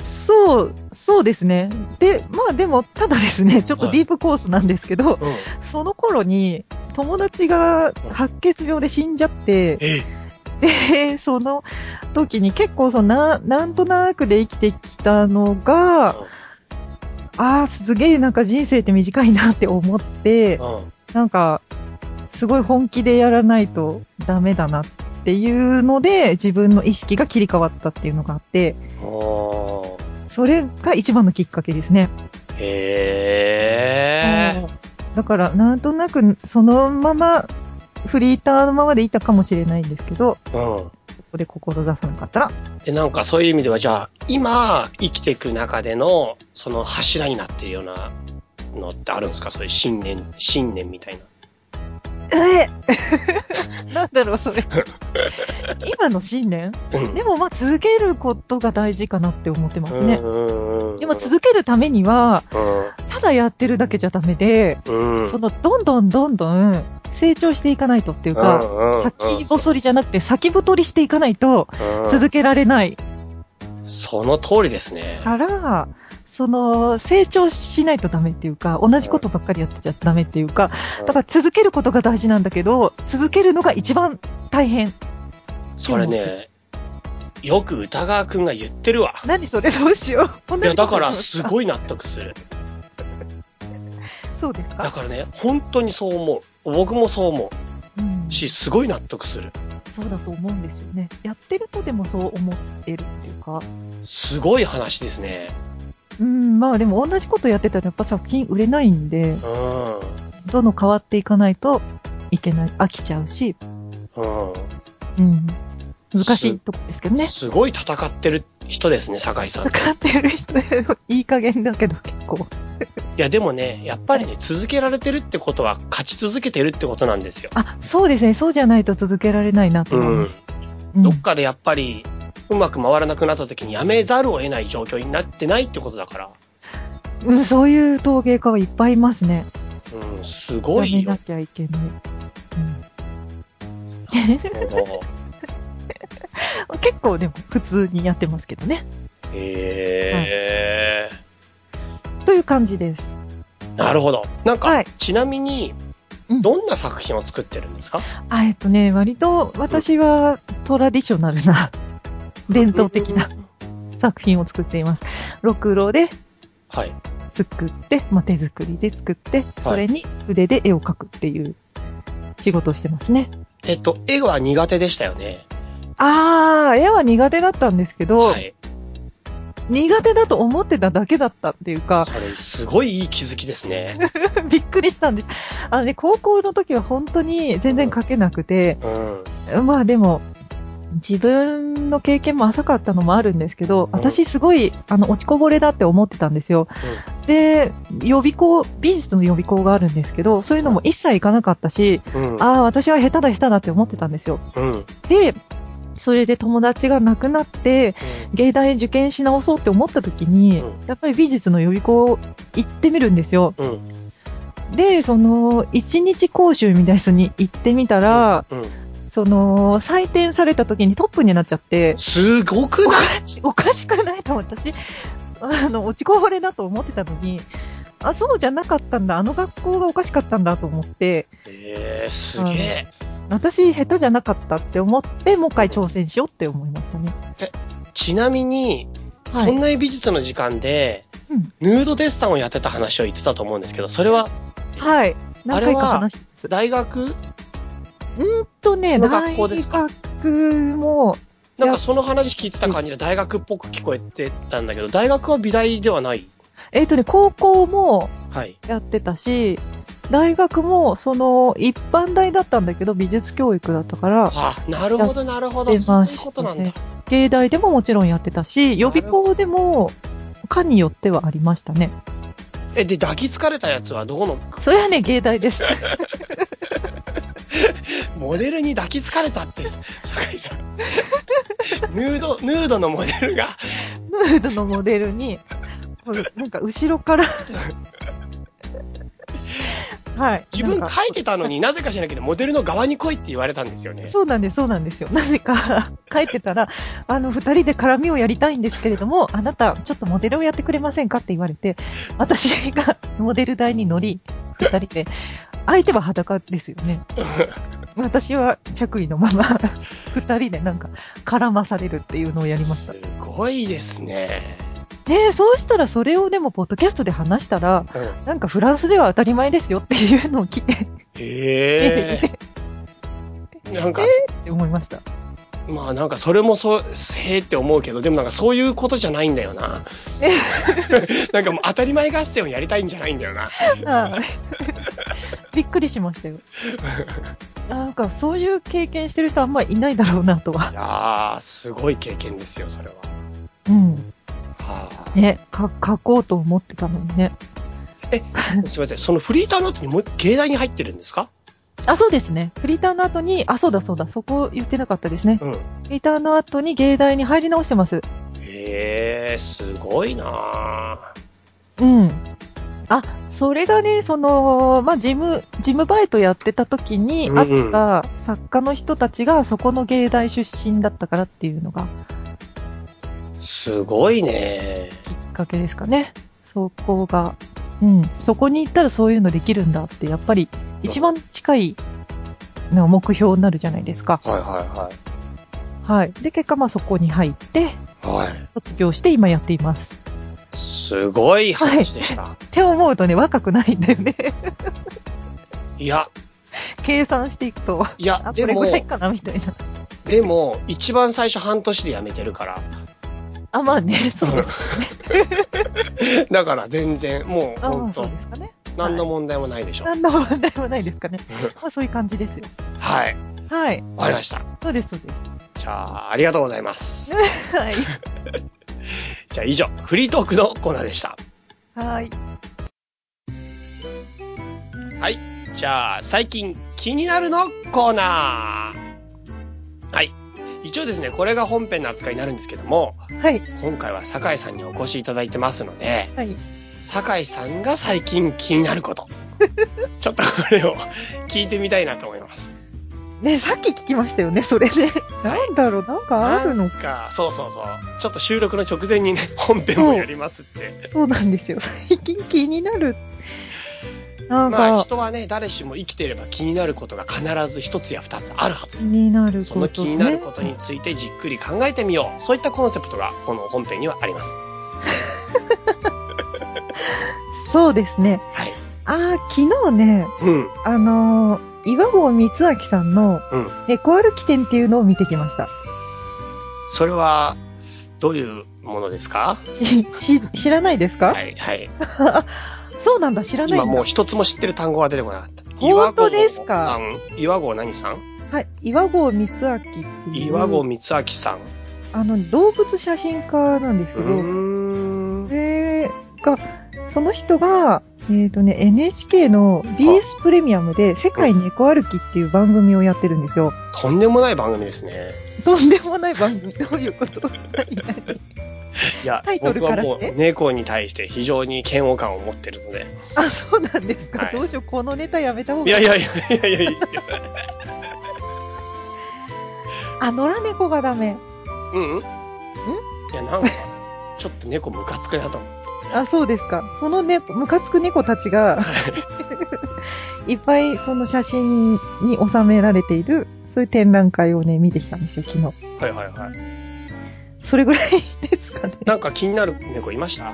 [SPEAKER 3] そう、そうですね。で、まあでも、ただですね、ちょっと
[SPEAKER 2] はい
[SPEAKER 3] ディープコースなんですけど、
[SPEAKER 2] うん。
[SPEAKER 3] その頃に友達が白血病で死んじゃって、
[SPEAKER 2] え、
[SPEAKER 3] で、その時に結構そのな、なんとなくで生きてきたのが、ああ、すげえなんか人生って短いなって思って、
[SPEAKER 2] うん。うん
[SPEAKER 3] なんか、すごい本気でやらないとダメだなっていうので、自分の意識が切り替わったっていうのがあって、
[SPEAKER 2] おー。
[SPEAKER 3] それが一番のきっかけですね。
[SPEAKER 2] へー。
[SPEAKER 3] だから、なんとなく、そのまま、フリーターのままでいたかもしれないんですけど、
[SPEAKER 2] うん。
[SPEAKER 3] そこで志さなかったら、
[SPEAKER 2] で、なんかそういう意味では、じゃあ、今、生きていく中での、その柱になってるようなのってあるんですかそういう信念、信念みたいな。
[SPEAKER 3] えー なんだろう、そ れ。今の信念
[SPEAKER 2] うん。
[SPEAKER 3] でも、まあ、続けることが大事かなって思ってますね。
[SPEAKER 2] ね
[SPEAKER 3] でも、続けるためには、ただやってるだけじゃダメで、
[SPEAKER 2] うん。うん。
[SPEAKER 3] その、どんどんどんどん、成長していかないとっていうか、
[SPEAKER 2] うんうん
[SPEAKER 3] 先細りじゃなくて先太りしていかないと
[SPEAKER 2] うん
[SPEAKER 3] 続けられない
[SPEAKER 2] その通りですね。
[SPEAKER 3] から、その、成長しないとダメっていうか、同じことばっかりやってちゃダメっていうか、だから続けることが大事なんだけど、続けるのが一番大変。
[SPEAKER 2] それね、よく歌川くんが言ってるわ。
[SPEAKER 3] 何それどうしよう。
[SPEAKER 2] いや、だからす
[SPEAKER 3] い。
[SPEAKER 2] ごい納得する。
[SPEAKER 3] そうです
[SPEAKER 2] だ
[SPEAKER 3] か、
[SPEAKER 2] からね、本当にそう思う。僕もそう思
[SPEAKER 3] うん
[SPEAKER 2] う。し、すごい納得する。
[SPEAKER 3] そうだと思うんですよね。やってるとでもそう思ってるっていうか。
[SPEAKER 2] すごい話ですね。
[SPEAKER 3] うん、まあでも同じことやってたらやっぱ作品売れないんで、
[SPEAKER 2] うん。
[SPEAKER 3] どんどん変わっていかないといけない、飽きちゃうし、
[SPEAKER 2] う
[SPEAKER 3] うん。難しいとこですけど
[SPEAKER 2] ん。
[SPEAKER 3] ね。
[SPEAKER 2] すごい戦ってる人ですね、酒井さん。い
[SPEAKER 3] 使ってる人、いい加減だけど結構。
[SPEAKER 2] や、でもね、やっぱりね、続けられてるってことは、勝ち続けてるってことなんですよ。
[SPEAKER 3] あ、そうですね。そうじゃないと続けられないなと思います。
[SPEAKER 2] うん。ど
[SPEAKER 3] う
[SPEAKER 2] っかでやっぱり、うまく回らなくなった時にやめざるを得ない状況になってないってことだから。
[SPEAKER 3] んうん、そういう陶芸家はいっぱいいますね。
[SPEAKER 2] うん、すご
[SPEAKER 3] や
[SPEAKER 2] い
[SPEAKER 3] め
[SPEAKER 2] よ
[SPEAKER 3] な。きゃいけない。う
[SPEAKER 2] も
[SPEAKER 3] ん、 結構でも普通にやってますけどね。
[SPEAKER 2] うへえ、
[SPEAKER 3] という感じです。
[SPEAKER 2] なるほど。なんか、
[SPEAKER 3] はい
[SPEAKER 2] ちなみに
[SPEAKER 3] う、ん
[SPEAKER 2] どんな作品を作ってるんですか、
[SPEAKER 3] あ、えっとね、割と私はトラディショナルな、伝統的な作品を作っています。ろくろで
[SPEAKER 2] はい。
[SPEAKER 3] 作って、まあ、手作りで作って、それに筆で絵を描くっていう仕事をしてますね。
[SPEAKER 2] えっと、絵は苦手でしたよね。
[SPEAKER 3] あー、絵は苦手だったんですけど、
[SPEAKER 2] はい。
[SPEAKER 3] 苦手だと思ってただけだったっていう か、
[SPEAKER 2] それ、すごいいい気づきですね。
[SPEAKER 3] びっくりしたんです。あのね、高校の時は本当に全然描けなくて、
[SPEAKER 2] うん。
[SPEAKER 3] まあでも、自分の経験も浅かったのもあるんですけど、私すごい、あの、落ちこぼれだって思ってたんですよ。で、予備校、美術の予備校があるんですけど、そういうのも一切行かなかったし、
[SPEAKER 2] うん。
[SPEAKER 3] ああ、私は下手だ下手だって思ってたんですよ。
[SPEAKER 2] うん。うん
[SPEAKER 3] で、それで友達が亡くなって、芸大受験し直そうって思った時に、
[SPEAKER 2] う
[SPEAKER 3] やっぱり美術の予備校行ってみるんですよ。
[SPEAKER 2] うん。
[SPEAKER 3] で、その、一日講習みたいなやつに行ってみたら、
[SPEAKER 2] うん。
[SPEAKER 3] その、採点された時にトップになっちゃって、
[SPEAKER 2] すごく
[SPEAKER 3] お
[SPEAKER 2] ない
[SPEAKER 3] かしおかしくないと私、あの、落ちこぼれだと思ってたのに、あ、そうじゃなかったんだ、あの学校がおかしかったんだと思って、
[SPEAKER 2] えー、すげえ。
[SPEAKER 3] 私下手じゃなかったって思って、もう一回挑戦しようって思いましたね。
[SPEAKER 2] ちなみに、
[SPEAKER 3] はい
[SPEAKER 2] そんな美術の時間で、
[SPEAKER 3] うん
[SPEAKER 2] ヌードデッサンをやってた話を言ってたと思うんですけど、それは
[SPEAKER 3] はい。何回
[SPEAKER 2] あれ
[SPEAKER 3] か
[SPEAKER 2] は
[SPEAKER 3] 話して
[SPEAKER 2] 大学
[SPEAKER 3] とね、
[SPEAKER 2] の学校ですか
[SPEAKER 3] 大学も、
[SPEAKER 2] なんかその話聞いてた感じで大学っぽく聞こえてたんだけど、大学は美大ではない。
[SPEAKER 3] えっ、とね、高校も
[SPEAKER 2] はい。
[SPEAKER 3] やってたし、大学も、その、一般大だったんだけど、美術教育だったから、
[SPEAKER 2] あ、なるほど、なるほ
[SPEAKER 3] や
[SPEAKER 2] ど。
[SPEAKER 3] って
[SPEAKER 2] そう
[SPEAKER 3] ま
[SPEAKER 2] い
[SPEAKER 3] したね
[SPEAKER 2] うことなんだ。
[SPEAKER 3] 芸大でももちろんやってたし、予備校でも、科によってはありましたね。
[SPEAKER 2] え、で、抱きつかれたやつはどこの、
[SPEAKER 3] それはね、芸大です。
[SPEAKER 2] モデルに抱きつかれたって、酒井さん。 ヌード、ヌードのモデルが、
[SPEAKER 3] ヌードのモデルに、こうなんか後ろ から、はい。
[SPEAKER 2] 自分
[SPEAKER 3] なんか
[SPEAKER 2] 書いてたのになぜか知らないけど、モデルの側に来いって言われたんですよね。
[SPEAKER 3] そうなんです、そうなんですよ。なぜか、 書いてたら、あの、二人で絡みをやりたいんですけれども、あなた、ちょっとモデルをやってくれませんかって言われて、私がモデル台に乗り、二人で、相手は裸ですよ ね。私は着衣のまま、二人でなんか、絡まされるっていうのをやりました。
[SPEAKER 2] す
[SPEAKER 3] ね
[SPEAKER 2] ごいですね。
[SPEAKER 3] え、そうしたらそれをでも、ポッドキャストで話したら、
[SPEAKER 2] うん。
[SPEAKER 3] なんかフランスでは当たり前ですよっていうのを聞いて、
[SPEAKER 2] へ え。なんか、
[SPEAKER 3] って思いました。
[SPEAKER 2] まあなんかそれもそう、へえって思うけど、でもなんかそういうことじゃないんだよ な。なんかもう当たり前合戦をやりたいんじゃないんだよな。
[SPEAKER 3] はい びっくりしましたよ。なんかそういう経験してる人あんまりいないだろうなとは。
[SPEAKER 2] いやー、すごい経験ですよ、それは。
[SPEAKER 3] うん。
[SPEAKER 2] はあ、
[SPEAKER 3] ね、か、書こうと思ってたのにね。
[SPEAKER 2] すいません、そのフリーターの後にもう一芸大に入ってるんですか
[SPEAKER 3] あ、そうですね。フリーターの後に、あ、そうだそうだ、そこ言ってなかったですね。
[SPEAKER 2] うん。へ
[SPEAKER 3] フリーターの後に芸大に入り直してます。
[SPEAKER 2] え、すごいなあ
[SPEAKER 3] うん。あ、それがね、その、まあ、事務、事務バイトやってた時に
[SPEAKER 2] うんう
[SPEAKER 3] 会っ
[SPEAKER 2] ん
[SPEAKER 3] た作家の人たちがそこの芸大出身だったからっていうのが
[SPEAKER 2] すごいね。
[SPEAKER 3] きっかけですかね。そこが、うん、そこに行ったらそういうのできるんだって、やっぱり一番近いの目標になるじゃないですか。
[SPEAKER 2] はいは
[SPEAKER 3] はい。で、結果まあそこに入って、
[SPEAKER 2] いはい。はい。
[SPEAKER 3] 卒業して今やっています。
[SPEAKER 2] すごい話でした。
[SPEAKER 3] って思うとね、若くないんだよね。
[SPEAKER 2] い、や、
[SPEAKER 3] 計算していくと、
[SPEAKER 2] いや
[SPEAKER 3] あ、、
[SPEAKER 2] で
[SPEAKER 3] これ
[SPEAKER 2] も
[SPEAKER 3] ぐ、らいかなみたいな。
[SPEAKER 2] でも、一番最初半年で辞めてるから。
[SPEAKER 3] あ、まあね、そうです。
[SPEAKER 2] だから全然、もう、
[SPEAKER 3] あ
[SPEAKER 2] ほん
[SPEAKER 3] そ
[SPEAKER 2] と
[SPEAKER 3] う、ですかね。
[SPEAKER 2] 何の問題もないでしょ。
[SPEAKER 3] 何の問題もないです かね。まあそういう感じですよ。
[SPEAKER 2] はい。
[SPEAKER 3] はい。
[SPEAKER 2] わかりました。
[SPEAKER 3] そうです、そうで
[SPEAKER 2] じゃあ、ありがとうございます。
[SPEAKER 3] す。はい。
[SPEAKER 2] じゃあ、以上、フリートークのコーナーでした。
[SPEAKER 3] はい。
[SPEAKER 2] じゃあ、最近気になるのコーナー。はい。一応ですね、これが本編の扱いになるんですけども、
[SPEAKER 3] はい。
[SPEAKER 2] 今回は酒井さんにお越しいただいてますので、
[SPEAKER 3] はい。
[SPEAKER 2] 酒井さんが最近気にな ること。ちょっとこれを聞いてみたいなと思います。
[SPEAKER 3] ね、さっき聞きましたよね、それで。なんだろう、なんかあるの
[SPEAKER 2] なんか、そうそうそう。ちょっと収録の直前 にね、本編もやりますって。
[SPEAKER 3] そうなんですよ。最近気になる。なんか、
[SPEAKER 2] まあ人はね、誰しも生きていれば気になることが必ず一つや二つあるはず
[SPEAKER 3] 気。になること、ね。
[SPEAKER 2] その気になることについてじっくり考えてみよう。そういったコンセプトがこの本編にはあります。
[SPEAKER 3] そうですね。
[SPEAKER 2] はい。
[SPEAKER 3] ああ、昨日ね、
[SPEAKER 2] うん。
[SPEAKER 3] あのー岩合光明さんの
[SPEAKER 2] うん。
[SPEAKER 3] 猫歩き店っていうのを見てきました。
[SPEAKER 2] それは、どういうものですか
[SPEAKER 3] し、し、知らないですか、
[SPEAKER 2] はい、はい。
[SPEAKER 3] そうなんだ、知らないんだ。
[SPEAKER 2] 今もう一つも知ってる単語が出てこなかった。
[SPEAKER 3] 本当ですか
[SPEAKER 2] 岩合さん、岩合何さん
[SPEAKER 3] はい、岩合光明っていう。
[SPEAKER 2] 岩合光明さん。
[SPEAKER 3] あの、動物写真家なんです
[SPEAKER 2] う
[SPEAKER 3] けど、
[SPEAKER 2] ー
[SPEAKER 3] そ
[SPEAKER 2] ん。
[SPEAKER 3] れが、その人が、えっ、とね、NHK の BS プレミアムで世界猫歩きっていう番組をやってるんですよ。
[SPEAKER 2] とんでもない番組ですね。
[SPEAKER 3] とんでもない番組。どういう こと
[SPEAKER 2] いや
[SPEAKER 3] タイ、トル
[SPEAKER 2] 僕は
[SPEAKER 3] から
[SPEAKER 2] も
[SPEAKER 3] して
[SPEAKER 2] う猫に対して非常に嫌悪感を持ってるので。
[SPEAKER 3] あ、そうなんですか。
[SPEAKER 2] はい
[SPEAKER 3] どうしよう。このネタやめた方が
[SPEAKER 2] いやいやいやいやいや、いい ですよ。
[SPEAKER 3] あ、野良猫がダメ。
[SPEAKER 2] うんんいや、なんか、ちょっと猫ムカつくなと思う。
[SPEAKER 3] あ、そうですか。そのね、ムカつく猫たちが、 いっぱいその写真に収められている、そういう展覧会をね、見てきたんですよ、昨日。
[SPEAKER 2] はいはいはい。
[SPEAKER 3] それぐらいですかね。
[SPEAKER 2] なんか気になる猫いました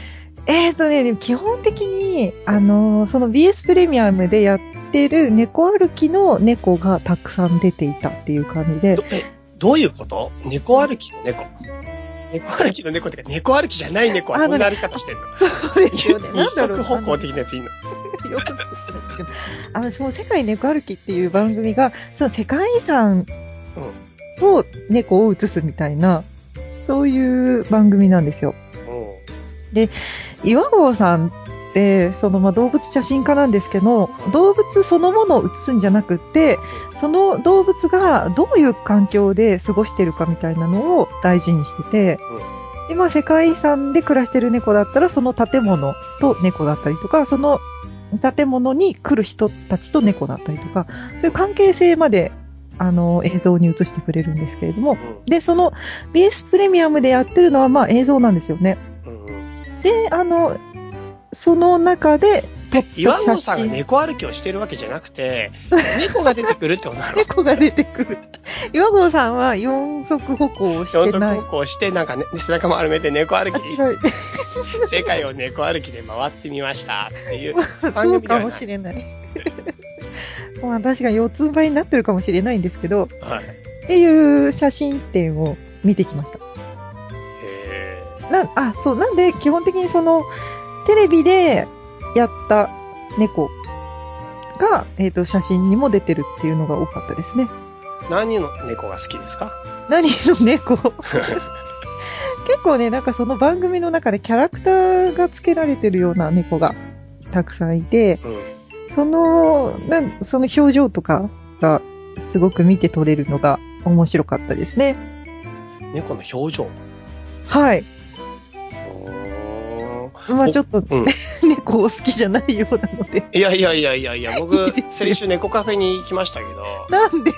[SPEAKER 3] えーとね、でも基本的に、あのーその BS プレミアムでやってる猫歩きの猫がたくさん出ていたっていう感じで
[SPEAKER 2] ど、え、どういうこと猫歩きの猫。猫歩きの猫ってか、猫歩きじゃない猫は
[SPEAKER 3] あ
[SPEAKER 2] どんな歩き方してんの
[SPEAKER 3] そうですよね。
[SPEAKER 2] 二
[SPEAKER 3] なんだろ
[SPEAKER 2] 足
[SPEAKER 3] う
[SPEAKER 2] 歩行的なやついいの
[SPEAKER 3] あのよく知ってるんですけどあの、その世界猫歩きっていう番組が、その世界遺産
[SPEAKER 2] う
[SPEAKER 3] と猫を映すみたいな、そういう番組なんですよ。
[SPEAKER 2] ん。うん。
[SPEAKER 3] 岩合さんって、そのまあ動物写真家なんですけど、動物そのものを写すんじゃなくて、その動物がどういう環境で過ごしてるかみたいなのを大事にしてて、で、まあ世界遺産で暮らしてる猫だったら、その建物と猫だったりとか、その建物に来る人たちと猫だったりとか、そういう関係性まで、あの、映像に映してくれるんですけれども、で、その BS プレミアムでやってるのはまあ映像なんですよね。
[SPEAKER 2] うん。うん。
[SPEAKER 3] で、あの、その中で、
[SPEAKER 2] え、岩合さんが
[SPEAKER 3] 写真
[SPEAKER 2] 猫歩きをしてるわけじゃな くて、猫が出てくるってことなの
[SPEAKER 3] 猫が出てくる。岩合さんは四足歩行をし
[SPEAKER 2] 四
[SPEAKER 3] て
[SPEAKER 2] 足
[SPEAKER 3] ない
[SPEAKER 2] 歩。行して、なんかね、背中丸めて猫歩
[SPEAKER 3] あ、
[SPEAKER 2] き
[SPEAKER 3] 違う。
[SPEAKER 2] 世界を猫歩きで回ってみましたっていう。番
[SPEAKER 3] そう
[SPEAKER 2] 組では
[SPEAKER 3] か
[SPEAKER 2] ない
[SPEAKER 3] もしれ ない。まあ、確かに四つん這いになってるかもしれないんですけど、
[SPEAKER 2] はい。
[SPEAKER 3] っていう写真展を見てきました。
[SPEAKER 2] へ
[SPEAKER 3] な、あ、そう、なんで基本的にその、テレビでやった猫が、えっ、と、写真にも出てるっていうのが多かったですね。
[SPEAKER 2] ー何の猫が好きですか
[SPEAKER 3] 何の猫結構ね、なんかその番組の中でキャラクターが付けられてるような猫がたくさんいて、
[SPEAKER 2] うん。
[SPEAKER 3] その、なんその表情とかがすごく見て取れるのが面白かったですね。
[SPEAKER 2] 猫の表情。
[SPEAKER 3] はい。
[SPEAKER 2] うーん
[SPEAKER 3] まあちょっと、
[SPEAKER 2] うん
[SPEAKER 3] 猫を好きじゃないようなので。
[SPEAKER 2] いやいやいやいやい や、僕
[SPEAKER 3] いいです、よ
[SPEAKER 2] 先週猫カフェに行きましたけど、
[SPEAKER 3] なんで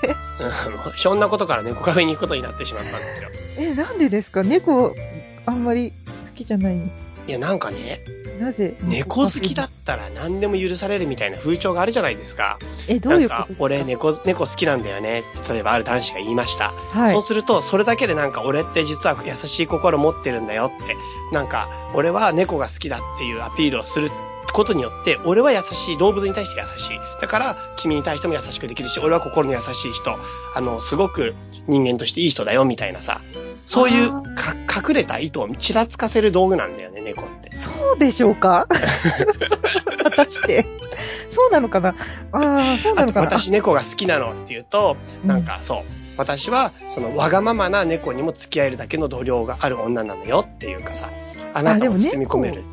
[SPEAKER 2] うんもうひょんなことから猫カフェに行くことになってしまったんですよ。
[SPEAKER 3] え、なんでですか猫、あんまり好きじゃない。
[SPEAKER 2] いや、なんかね、
[SPEAKER 3] なぜ
[SPEAKER 2] 猫好きだったら何でも許されるみたいな風潮があるじゃないですか。
[SPEAKER 3] え、どういうこ
[SPEAKER 2] な
[SPEAKER 3] と
[SPEAKER 2] んか
[SPEAKER 3] です、か
[SPEAKER 2] 俺猫、猫好きなんだよねって例えばある男子が言いました。
[SPEAKER 3] はい
[SPEAKER 2] そう。すると、それだけでなんか俺って実は優しい心持ってるんだよって、なんか俺は猫が好きだっていうアピールをすることによって、俺は優しい、動物に対して優しい。だから君に対しても優しくできるし、俺は心の優しい人、あの、すごく人間としていい人だよみたいなさ、そういう
[SPEAKER 3] あー
[SPEAKER 2] か隠れた意図をちらつかせる道具なんだよね、猫って。
[SPEAKER 3] そうでしょうか 果たして。そうなのかなああ、そうな
[SPEAKER 2] あ
[SPEAKER 3] の
[SPEAKER 2] と、
[SPEAKER 3] かな
[SPEAKER 2] 私猫が好きなのって言うと、なん、かそう。私は、その、わがままな猫にも付き合えるだけの度量がある女なのよっていうかさ、あなたを包み込め
[SPEAKER 3] あで
[SPEAKER 2] る。
[SPEAKER 3] うん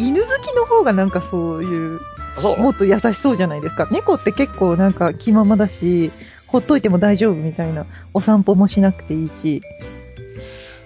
[SPEAKER 3] 犬好きの方がなんかそういう、
[SPEAKER 2] そう。
[SPEAKER 3] もっと優しそうじゃないですか。猫って結構なんか気ままだし、ほっといても大丈夫みたいな、お散歩もしなくていいし、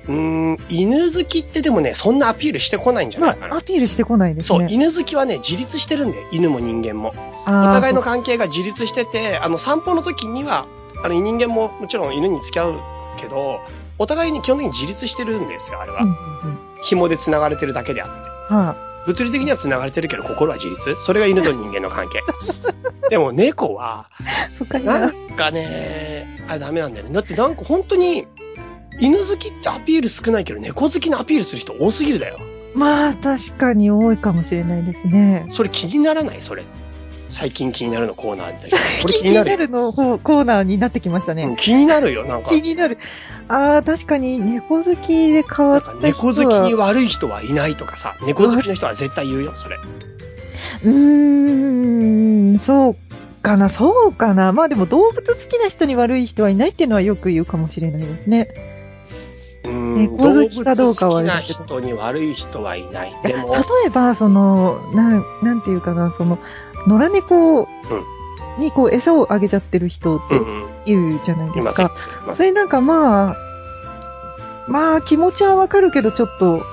[SPEAKER 2] うーん、犬好きってでもね、そんなアピールしてこないんじゃ
[SPEAKER 3] ま
[SPEAKER 2] ないか
[SPEAKER 3] あ、
[SPEAKER 2] な
[SPEAKER 3] ア。ピールしてこないです
[SPEAKER 2] そう、
[SPEAKER 3] ね。
[SPEAKER 2] 犬好きはね、自立してるんだよ。犬も人間も。お
[SPEAKER 3] あー
[SPEAKER 2] 互いの
[SPEAKER 3] そ
[SPEAKER 2] 関係が自立してて、あの、散歩の時には、あの、人間ももちろん犬に付き合うけど、お互いに基本的に自立してるんですよ、あれ
[SPEAKER 3] ううん
[SPEAKER 2] は。
[SPEAKER 3] うんうん
[SPEAKER 2] 紐で繋がれてるだけであって。
[SPEAKER 3] は
[SPEAKER 2] 物理的には繋がれてるけど心は自立それが犬と人間 の関係。でも猫は、
[SPEAKER 3] あ、そっかい
[SPEAKER 2] な
[SPEAKER 3] なん
[SPEAKER 2] かね、あれダメなんだよね。だってなんか本当に、犬好きってアピール少ないけど猫好きのアピールする人多すぎるだよ。
[SPEAKER 3] まあ、確かに多いかもしれないですね。
[SPEAKER 2] それ気にならないそれ。最近気になるのコーナーみたいな。これ気になるよ。
[SPEAKER 3] の方コーナーになってきました
[SPEAKER 2] うん
[SPEAKER 3] ね。
[SPEAKER 2] 気になるよ。なんか、
[SPEAKER 3] 気になる。ああ、確かに猫好きで変わ
[SPEAKER 2] なん
[SPEAKER 3] っ
[SPEAKER 2] か
[SPEAKER 3] た人
[SPEAKER 2] 猫好
[SPEAKER 3] は。
[SPEAKER 2] きに悪い人はいないとかさ、猫好きの人は絶対言うよ、それ。
[SPEAKER 3] うーん、そうかな、そうかな。まあでも動物好きな人に悪い人はいないっていうのはよく言うかもしれないですね。
[SPEAKER 2] うん
[SPEAKER 3] 猫好きかどうかは
[SPEAKER 2] 動
[SPEAKER 3] あれ
[SPEAKER 2] 物好
[SPEAKER 3] だけ
[SPEAKER 2] きな
[SPEAKER 3] ど
[SPEAKER 2] 人に悪い人はいない。
[SPEAKER 3] い
[SPEAKER 2] で
[SPEAKER 3] や
[SPEAKER 2] も
[SPEAKER 3] 例、えば、その、なん、なんていうかな、その、野良猫にこう餌をあげちゃってる人っ
[SPEAKER 2] う
[SPEAKER 3] て
[SPEAKER 2] んうん。
[SPEAKER 3] いるじゃないで
[SPEAKER 2] い
[SPEAKER 3] す
[SPEAKER 2] ません。い
[SPEAKER 3] か。
[SPEAKER 2] ま
[SPEAKER 3] そ
[SPEAKER 2] せん
[SPEAKER 3] れなんかまあ、まあ気持ちはわかるけど、ちょっと、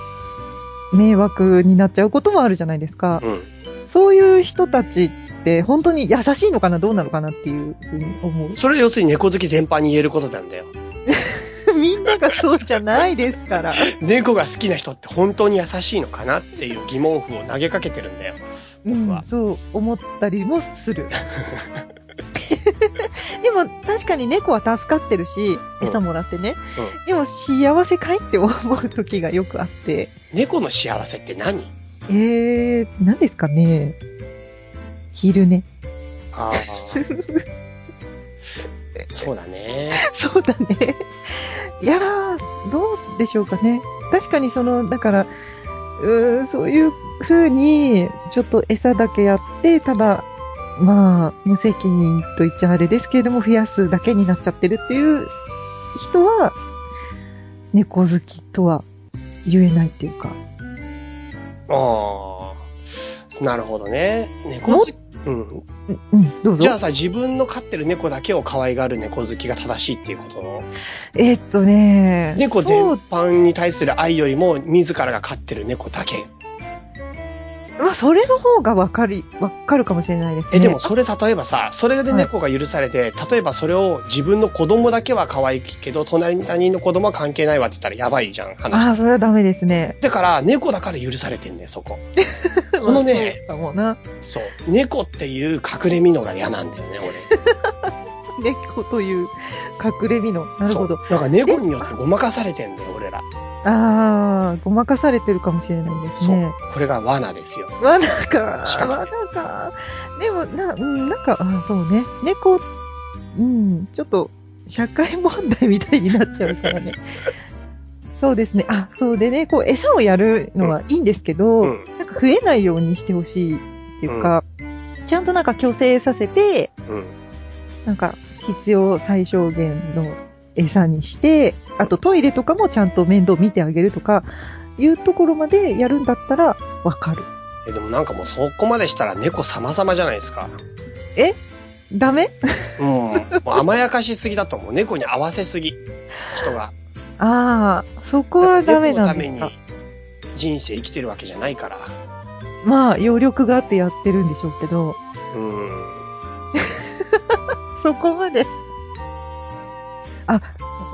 [SPEAKER 3] 迷惑になっちゃうこともあるじゃないですか。
[SPEAKER 2] うん。
[SPEAKER 3] そういう人たちって本当に優しいのかな、どうなのかなっていうふうに思う。
[SPEAKER 2] それは要するに猫好き全般に言えることなんだよ。
[SPEAKER 3] みんながそうじゃないです から。
[SPEAKER 2] 猫が好きな人って本当に優しいのかなっていう疑問符を投げかけてるんだよ。
[SPEAKER 3] う
[SPEAKER 2] 僕は
[SPEAKER 3] ん、そう思ったりもする。 でも確かに猫は助かってるし、
[SPEAKER 2] うん
[SPEAKER 3] 餌もらってね。
[SPEAKER 2] う
[SPEAKER 3] でも幸せかいって思う時がよくあって。
[SPEAKER 2] 猫の幸せって何
[SPEAKER 3] えー、何ですかね昼 寝。
[SPEAKER 2] ああ、そうだね。
[SPEAKER 3] そうだね。いやー、どうでしょうかね。確かにその、だから、うーん、そういう風に、ちょっと餌だけやって、ただ、まあ、無責任と言っちゃあれですけれども、増やすだけになっちゃってるっていう人は、猫好きとは言えないっていうか。
[SPEAKER 2] ああ、なるほどね。猫好き。うん、
[SPEAKER 3] うん、うん、どうぞ。
[SPEAKER 2] じゃあさ、自分の飼ってる猫だけを可愛がる猫好きが正しいっていうこと
[SPEAKER 3] えーっとね、
[SPEAKER 2] 猫全
[SPEAKER 3] そう、
[SPEAKER 2] 般に対する愛よりも、自らが飼ってる猫だけ。
[SPEAKER 3] まあ、それの方がわかり、わかるかもしれないですね。
[SPEAKER 2] え、でもそれ例えばさ、それで猫が許されて、例えばそれを自分の子供だけは可愛いけど、隣に他人の子供は関係ないわって言ったらやばいじゃん、
[SPEAKER 3] あ
[SPEAKER 2] 話。
[SPEAKER 3] あ、それはダメですね。
[SPEAKER 2] だから、猫だから許されてんね、そこ。 このね、
[SPEAKER 3] まあそうかもな。
[SPEAKER 2] そう。猫っていう隠れ身のが嫌なんだよね、俺。
[SPEAKER 3] 猫という隠れ身の。 なる
[SPEAKER 2] そ
[SPEAKER 3] ほ
[SPEAKER 2] う。
[SPEAKER 3] ど。
[SPEAKER 2] なんか猫によってごまかされてんだよ、俺ら。
[SPEAKER 3] ああ、ごまかされてるかもしれないです
[SPEAKER 2] そう
[SPEAKER 3] ね。。
[SPEAKER 2] これが罠ですよ。
[SPEAKER 3] まあなんか
[SPEAKER 2] 仕、
[SPEAKER 3] ま
[SPEAKER 2] 掛
[SPEAKER 3] あなんか、でも、な、うんなんか、あーそうね。猫、うん、ちょっと、社会問題みたいになっちゃうから ね。そうですね。あ、そうでね、こう、餌をやるのはいいんですけど、
[SPEAKER 2] うん。
[SPEAKER 3] なんか増えないようにしてほしいっていうか、ちゃんとなんか強制させて、
[SPEAKER 2] うん。
[SPEAKER 3] なんか、必要最小限の餌にして、あとトイレとかもちゃんと面倒見てあげるとか、いうところまでやるんだったらわかる。
[SPEAKER 2] え、でもなんかもうそこまでしたら猫様々じゃないですか。
[SPEAKER 3] ダメ
[SPEAKER 2] うん。もう甘やかしすぎだと思う。猫に合わせすぎ。人が。
[SPEAKER 3] ああ、そこはダメなん
[SPEAKER 2] 猫
[SPEAKER 3] です
[SPEAKER 2] のた
[SPEAKER 3] か
[SPEAKER 2] め。に人生生きてるわけじゃないから。
[SPEAKER 3] まあ、余力があってやってるんでしょうけど、
[SPEAKER 2] うん。
[SPEAKER 3] そこまで。あ、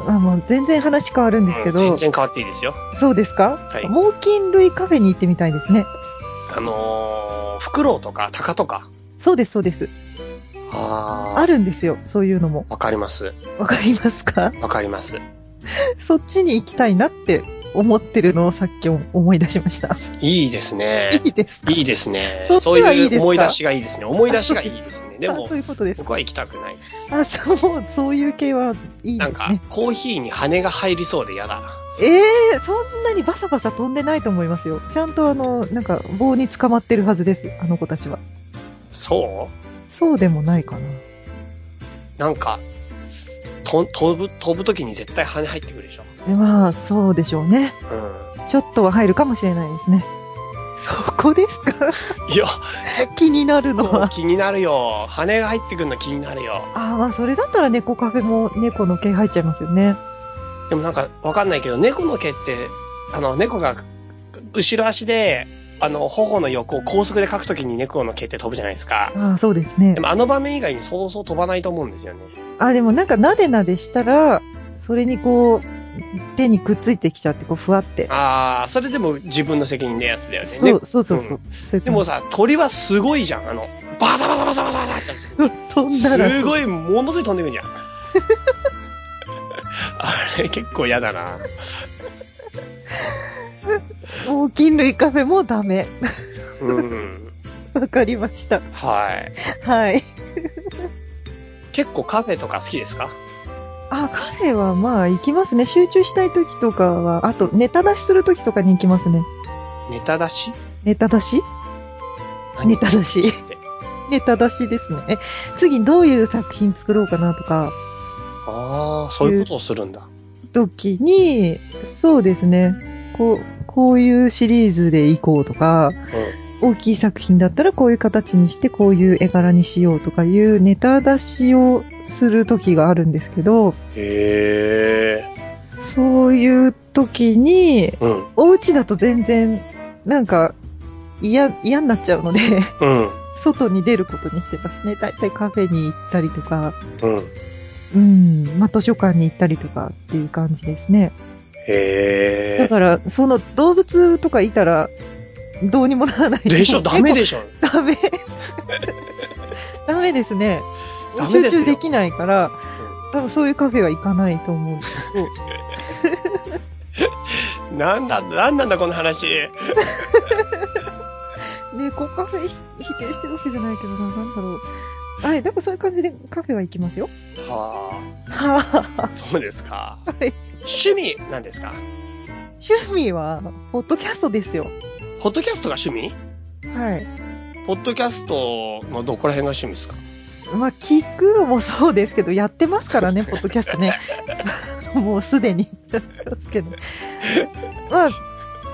[SPEAKER 3] あもう全然話変わるんですけど、
[SPEAKER 2] 全然変わっていいですよ。
[SPEAKER 3] そうですか、
[SPEAKER 2] はい
[SPEAKER 3] 猛禽類カフェに行ってみたいですね。
[SPEAKER 2] あのー、フクロウとかタカとか。
[SPEAKER 3] そうです、そうです。
[SPEAKER 2] あ
[SPEAKER 3] あるんですよ、そういうのも。
[SPEAKER 2] わかります。
[SPEAKER 3] わかりますか
[SPEAKER 2] わかります。
[SPEAKER 3] そっちに行きたいなって思ってるのをさっき思い出しました。
[SPEAKER 2] いいですね。
[SPEAKER 3] いいですか
[SPEAKER 2] いいですね。
[SPEAKER 3] そっち
[SPEAKER 2] そう
[SPEAKER 3] はいいですか
[SPEAKER 2] いう思い出しがいいですね。思い出しがいいですね。で
[SPEAKER 3] あ
[SPEAKER 2] も
[SPEAKER 3] そ、ういうことですか
[SPEAKER 2] 僕は行きたくないです。
[SPEAKER 3] あ、そう、そういう系はいいで
[SPEAKER 2] なん
[SPEAKER 3] す
[SPEAKER 2] か
[SPEAKER 3] ね。、
[SPEAKER 2] コーヒーに羽が入りそうで嫌だ。
[SPEAKER 3] ええそんなにバサバサ飛んでないと思いますよ。ちゃんとあの、なんか棒に捕まってるはずです、あの子たちは。
[SPEAKER 2] そう
[SPEAKER 3] そうでもないかな。
[SPEAKER 2] なんか、と飛ぶ、飛ぶ時に絶対羽入ってくるでしょ。
[SPEAKER 3] まあ、そうでしょうね。
[SPEAKER 2] う
[SPEAKER 3] ちょっとは入るかもしれないですね。そこです か
[SPEAKER 2] ん。いや、
[SPEAKER 3] 気になるの
[SPEAKER 2] そう
[SPEAKER 3] は。
[SPEAKER 2] 気になるよ。羽が入ってくるの気になるよ。
[SPEAKER 3] ああ、まあ、それだったら猫カフェも猫の毛入っちゃいますよね。
[SPEAKER 2] でもなんか、わかんないけど、猫の毛って、あの、猫が、後ろ足で、あの、頬の横を高速で描くときに猫の毛って飛ぶじゃないですか。
[SPEAKER 3] ああ、そうですね
[SPEAKER 2] で。もあの場面以外にそうそう飛ばないと思うんですよね。
[SPEAKER 3] ああ、でもなんかなでなでしたら、それにこう、手にくっついてきちゃって、こう、ふわって。
[SPEAKER 2] ああ、それでも自分の責任でやつだよね。
[SPEAKER 3] そ
[SPEAKER 2] ね
[SPEAKER 3] う、そうそうそう。そういう
[SPEAKER 2] で
[SPEAKER 3] 感じ
[SPEAKER 2] もさ、鳥はすごいじゃん。あの、バタバタバタバタバタって。
[SPEAKER 3] 飛んだら。
[SPEAKER 2] すごい、ものすごい飛んでくんじゃ ん。あれ、結構嫌だな。
[SPEAKER 3] 猛禽類カフェもダメ。
[SPEAKER 2] うん。
[SPEAKER 3] わかりました。
[SPEAKER 2] はい。
[SPEAKER 3] はい。
[SPEAKER 2] 結構カフェとか好きですか
[SPEAKER 3] あ、カフェはまあ行きますね。集中したい時とかは、あとネタ出しする時とかに行きますね。
[SPEAKER 2] ネタ出し
[SPEAKER 3] ネタ出しネタ出し
[SPEAKER 2] って
[SPEAKER 3] ネタ出しですね。え次どういう作品作ろうかなとか、
[SPEAKER 2] ああ、そういうことをするんだ。
[SPEAKER 3] 時に、そうですね。こう、こういうシリーズで行こうとか、
[SPEAKER 2] う
[SPEAKER 3] 大きい作品だったらこういう形にしてこういう絵柄にしようとかいうネタ出しをする時があるんですけど、
[SPEAKER 2] ん。へえ。
[SPEAKER 3] そういう時に、
[SPEAKER 2] うん。
[SPEAKER 3] お家だと全然、なんか、嫌、嫌になっちゃうので、
[SPEAKER 2] うん。
[SPEAKER 3] 外に出ることにしてますね。だいたいカフェに行ったりとか、
[SPEAKER 2] うん。
[SPEAKER 3] うん、まあ、図書館に行ったりとかっていう感じですね。
[SPEAKER 2] へ
[SPEAKER 3] だ
[SPEAKER 2] え。
[SPEAKER 3] から、その動物とかいたら、どうにもならない
[SPEAKER 2] でしょダメ
[SPEAKER 3] で。
[SPEAKER 2] でしょ
[SPEAKER 3] ダメ。ダメですね。
[SPEAKER 2] ダメ
[SPEAKER 3] 集
[SPEAKER 2] ですよ
[SPEAKER 3] 中できないから、多分そういうカフェは行かないと思う。
[SPEAKER 2] なんだ、なんなんだこの話。
[SPEAKER 3] 猫カフェひ否定してるわけじゃないけどな、なんだろう。はい、なんかそういう感じでカフェは行きますよ。
[SPEAKER 2] は
[SPEAKER 3] はぁ
[SPEAKER 2] あ、そうですか。
[SPEAKER 3] はい
[SPEAKER 2] 趣味なんですか
[SPEAKER 3] 趣味は、ポッドキャストですよ。
[SPEAKER 2] ポッドキャストが趣味
[SPEAKER 3] はい。
[SPEAKER 2] ポッドキャストのどこら辺が趣味ですか
[SPEAKER 3] まあ、聞くのもそうですけど、やってますから ね、ポッドキャストね。もうすでに。ですけど。まあ、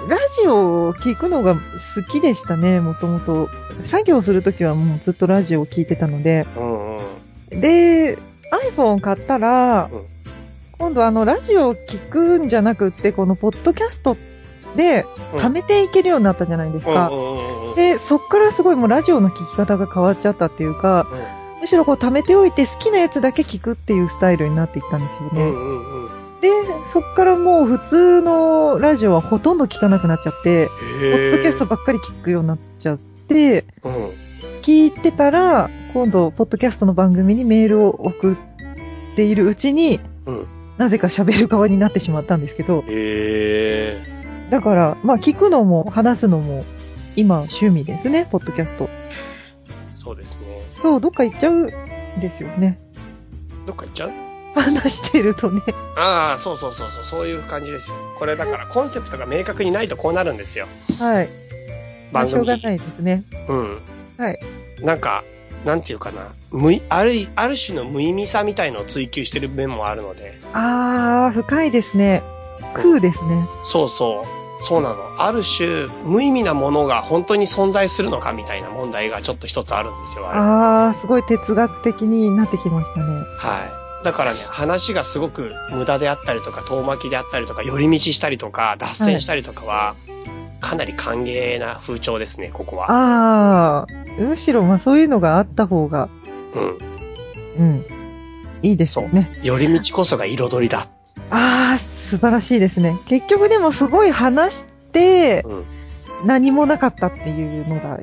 [SPEAKER 3] ラジオを聞くのが好きでしたね、もともと。作業するときはもうずっとラジオを聞いてたので。
[SPEAKER 2] うんうん。
[SPEAKER 3] で、iPhone を買ったら、
[SPEAKER 2] うん
[SPEAKER 3] 今度あの、ラジオを聞くんじゃなくって、このポッドキャストで、貯めていけるようになったじゃないですか。
[SPEAKER 2] うんうんうんうん
[SPEAKER 3] で、そっからすごいもうラジオの聞き方が変わっちゃったっていうか、むしろこう貯めておいて好きなやつだけ聞くっていうスタイルになっていったんですよ
[SPEAKER 2] う
[SPEAKER 3] ね。
[SPEAKER 2] んうんうん。
[SPEAKER 3] で、そっからもう普通のラジオはほとんど聞かなくなっちゃって、
[SPEAKER 2] ポ
[SPEAKER 3] ポッドキャストばっかり聞くようになっちゃって、
[SPEAKER 2] うん。
[SPEAKER 3] 聞いてたら、今度、ポッドキャストの番組にメールを送っているうちに、
[SPEAKER 2] うん
[SPEAKER 3] なぜか喋る側になってしまったんですけど、
[SPEAKER 2] へえ。
[SPEAKER 3] だから、まあ聞くのも話すのも、今趣味ですね、ポッドキャスト。
[SPEAKER 2] そうですね。
[SPEAKER 3] そう、どっか行っちゃうんですよね。
[SPEAKER 2] どっか行っちゃう
[SPEAKER 3] 話してると ね。
[SPEAKER 2] ああ、そうそうそうそう、そういう感じですよ。これだからコンセプトが明確にないとこうなるんですよ。
[SPEAKER 3] はい。まあ
[SPEAKER 2] 番
[SPEAKER 3] しょうが
[SPEAKER 2] 組。
[SPEAKER 3] ないですね。
[SPEAKER 2] うん。
[SPEAKER 3] はい。
[SPEAKER 2] なんか、なんていうかな。無い、ある、ある種の無意味さみたいのを追求してる面もあるので。
[SPEAKER 3] あー、深いですね。空ですね。
[SPEAKER 2] そうそう。そうなの。ある種、無意味なものが本当に存在するのかみたいな問題がちょっと一つあるんですよ。あれ
[SPEAKER 3] あー、すごい哲学的になってきましたね。
[SPEAKER 2] はい。だからね、話がすごく無駄であったりとか、遠巻きであったりとか、寄り道したりとか、脱線したりとかは、かなり歓迎な風潮ですね、ここは。
[SPEAKER 3] ああ、むしろまあそういうのがあった方が、
[SPEAKER 2] うん。
[SPEAKER 3] うん、いいですよね。
[SPEAKER 2] 寄り道こそが彩りだ。
[SPEAKER 3] ああ、素晴らしいですね。結局でもすごい話して、
[SPEAKER 2] うん。
[SPEAKER 3] 何もなかったっていうのが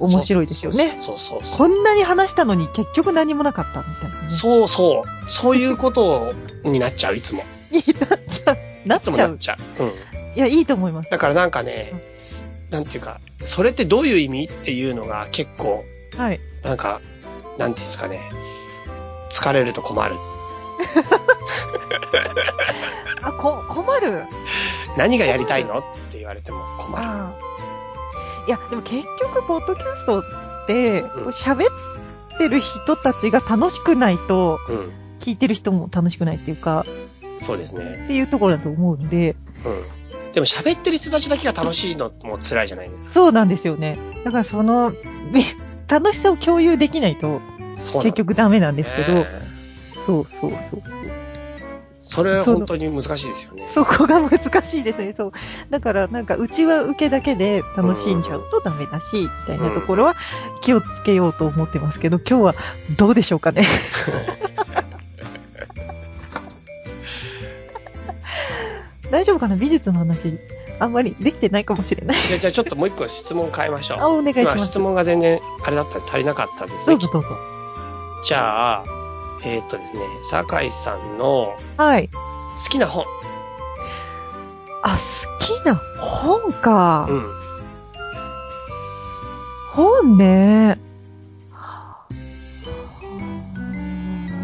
[SPEAKER 3] 面白いですよね。
[SPEAKER 2] そうそうそ
[SPEAKER 3] こ
[SPEAKER 2] う。
[SPEAKER 3] んなに話したのに結局何もなかったみたいなね。
[SPEAKER 2] そうそう。そういうことになっちゃう、いつも。
[SPEAKER 3] になっちゃう。なっ
[SPEAKER 2] いつも
[SPEAKER 3] ちゃ
[SPEAKER 2] なっ
[SPEAKER 3] う。
[SPEAKER 2] ちゃう。うん。
[SPEAKER 3] いや、いいと思います。
[SPEAKER 2] だからなんかね、なんていうか、それってどういう意味っていうのが結構、
[SPEAKER 3] はい。
[SPEAKER 2] なんか、なんていうんですかね。疲れると困る。
[SPEAKER 3] あ、こ、困る。
[SPEAKER 2] 何がやりたいのって言われても困る。
[SPEAKER 3] ああ。いや、でも結局、ポッドキャストって、
[SPEAKER 2] うん
[SPEAKER 3] 喋ってる人たちが楽しくないと、
[SPEAKER 2] うん。
[SPEAKER 3] 聞いてる人も楽しくないっていうか、
[SPEAKER 2] そうですね。
[SPEAKER 3] っていうところだと思うんで、
[SPEAKER 2] うん。でも喋ってる人たちだけが楽しいのも辛いじゃないですか。
[SPEAKER 3] そうなんですよね。だからその、 み楽しさを共有できないと、
[SPEAKER 2] そうなん
[SPEAKER 3] 結局ダメなんですけど、
[SPEAKER 2] ね
[SPEAKER 3] そうそうそうそう。
[SPEAKER 2] それは本当に難しいですよね。
[SPEAKER 3] そこが難しいですね。そう。だから、なんか、うちは受けだけで楽しんじゃうとダメだし、みたいなところは気をつけようと思ってますけど、今日はどうでしょうかね。大丈夫かな美術の話。あんまりできてないかもしれない。
[SPEAKER 2] じゃあじゃあちょっともう一個質問変えましょう。
[SPEAKER 3] あ、お願いし
[SPEAKER 2] 今
[SPEAKER 3] ます。
[SPEAKER 2] 質問が全然あれだった足りなかったんです
[SPEAKER 3] ど
[SPEAKER 2] ね
[SPEAKER 3] う。ぞどうぞ。
[SPEAKER 2] じゃあ、えーっとですね、酒井さんの
[SPEAKER 3] はい。
[SPEAKER 2] 好きな本。
[SPEAKER 3] あ、好きな本か。
[SPEAKER 2] うん。
[SPEAKER 3] 本ね。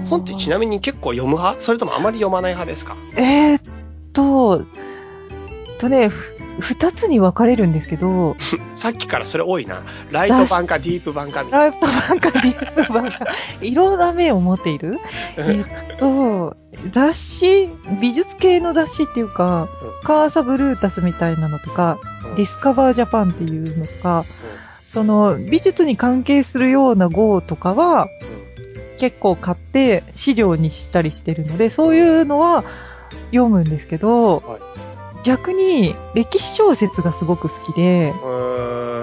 [SPEAKER 2] 本ってちなみに結構読む派それともあまり読まない派ですか
[SPEAKER 3] えーっと、とね、ふ二つに分かれるんですけど、
[SPEAKER 2] さっきからそれ多いな。ライト版かディープ版かみたい
[SPEAKER 3] ライト版かリップ版か、いろんな面を持っている。えーっと、雑誌、美術系の雑誌っていうか、カーサブルータスみたいなのとか、
[SPEAKER 2] な。
[SPEAKER 3] ディ
[SPEAKER 2] ス。
[SPEAKER 3] スカバージャパンっていうのとか、その美術に関係するような号とかは、結構買って資料にしたりしてるので、そういうのは読むんですけど、
[SPEAKER 2] は
[SPEAKER 3] 逆に歴史小説がすごく好きで、
[SPEAKER 2] うんう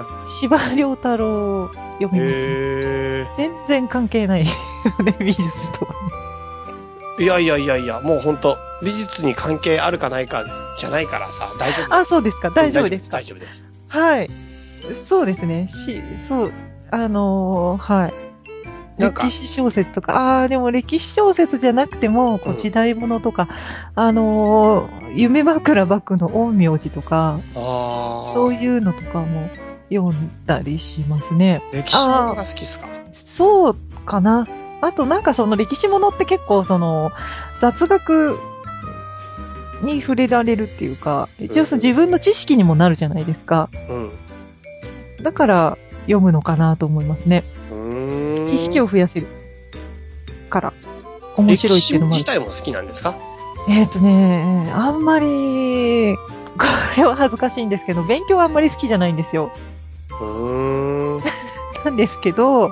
[SPEAKER 2] ん。う
[SPEAKER 3] 司馬遼太郎を読
[SPEAKER 2] ーん
[SPEAKER 3] みます、ね。
[SPEAKER 2] へ
[SPEAKER 3] 全然関係 ないよね、美術とは。
[SPEAKER 2] ー。いやいやいやいや、もうほんと、美術に関係あるかないかじゃないからさ、大丈夫
[SPEAKER 3] あ、そうですか、大丈夫ですか
[SPEAKER 2] 大。丈夫です。
[SPEAKER 3] はい。そうですね、し、そう、あのーはい。
[SPEAKER 2] なんか
[SPEAKER 3] 歴史小説とか、ああー、でも歴史小説じゃなくても、こ
[SPEAKER 2] う
[SPEAKER 3] うん時代物とか、あのー夢枕幕の陰陽師とか、
[SPEAKER 2] ああ。
[SPEAKER 3] そういうのとかも読んだりしますね。
[SPEAKER 2] 歴史のが好きっすか
[SPEAKER 3] そうかな。あとなんかその歴史ものって結構その雑学に触れられるっていうか、一応その自分の知識にもなるじゃないですか。
[SPEAKER 2] うん。う
[SPEAKER 3] だから読むのかなと思いますね。
[SPEAKER 2] ーん。
[SPEAKER 3] 知識を増やせるから面
[SPEAKER 2] 歴
[SPEAKER 3] 白いってい
[SPEAKER 2] 史
[SPEAKER 3] うのもあ
[SPEAKER 2] 自
[SPEAKER 3] る。
[SPEAKER 2] 体も好きなんですか
[SPEAKER 3] えっ、とね、あんまり、これは恥ずかしいんですけど、勉強はあんまり好きじゃないんですよ。
[SPEAKER 2] うーん。
[SPEAKER 3] なんですけど、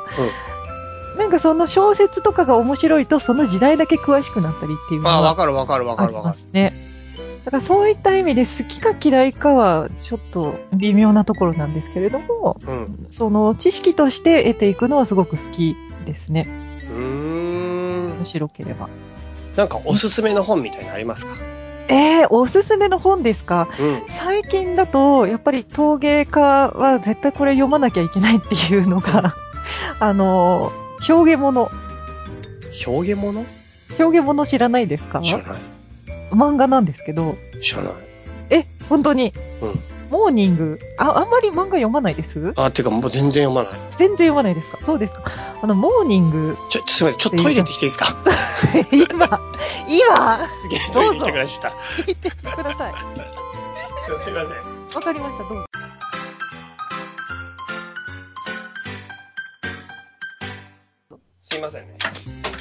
[SPEAKER 3] なんかその小説とかが面白いと、その時代だけ詳しくなったりっていうの
[SPEAKER 2] まあ、わ
[SPEAKER 3] は
[SPEAKER 2] かるわかるわか
[SPEAKER 3] あ
[SPEAKER 2] る
[SPEAKER 3] り
[SPEAKER 2] わか
[SPEAKER 3] ま
[SPEAKER 2] る。
[SPEAKER 3] すね。だからそういった意味で好きか嫌いかはちょっと微妙なところなんですけれども、
[SPEAKER 2] うん。
[SPEAKER 3] その知識として得ていくのはすごく好きですね。
[SPEAKER 2] うーん
[SPEAKER 3] 面。白ければ。
[SPEAKER 2] なんかおすすめの本みたいなのありますか
[SPEAKER 3] えー、おすすめの本ですか
[SPEAKER 2] うん。
[SPEAKER 3] 最近だと、やっぱり陶芸家は絶対これ読まなきゃいけないっていうのが、 あの、表現物。
[SPEAKER 2] 表現物
[SPEAKER 3] 表現物知らないですか
[SPEAKER 2] 知らない。
[SPEAKER 3] 漫画なんですけど、
[SPEAKER 2] 知らない。
[SPEAKER 3] え、本当に。
[SPEAKER 2] うん
[SPEAKER 3] モーニング。あ、あんまり漫画読まないです
[SPEAKER 2] あ、ていうかもう全然読まない。
[SPEAKER 3] 全然読まないですかそうですかあの、モーニング、
[SPEAKER 2] ちょ、ちょすいません。ちょっとトイレ行ってきていいです
[SPEAKER 3] 今、
[SPEAKER 2] か
[SPEAKER 3] 今、
[SPEAKER 2] すげえ
[SPEAKER 3] ど
[SPEAKER 2] トイレ
[SPEAKER 3] う
[SPEAKER 2] 行っ
[SPEAKER 3] ぞ
[SPEAKER 2] てくれました。ち
[SPEAKER 3] 言ってきてください。
[SPEAKER 2] ょすいません。
[SPEAKER 3] わかりました、どうぞ。
[SPEAKER 2] すいませんね。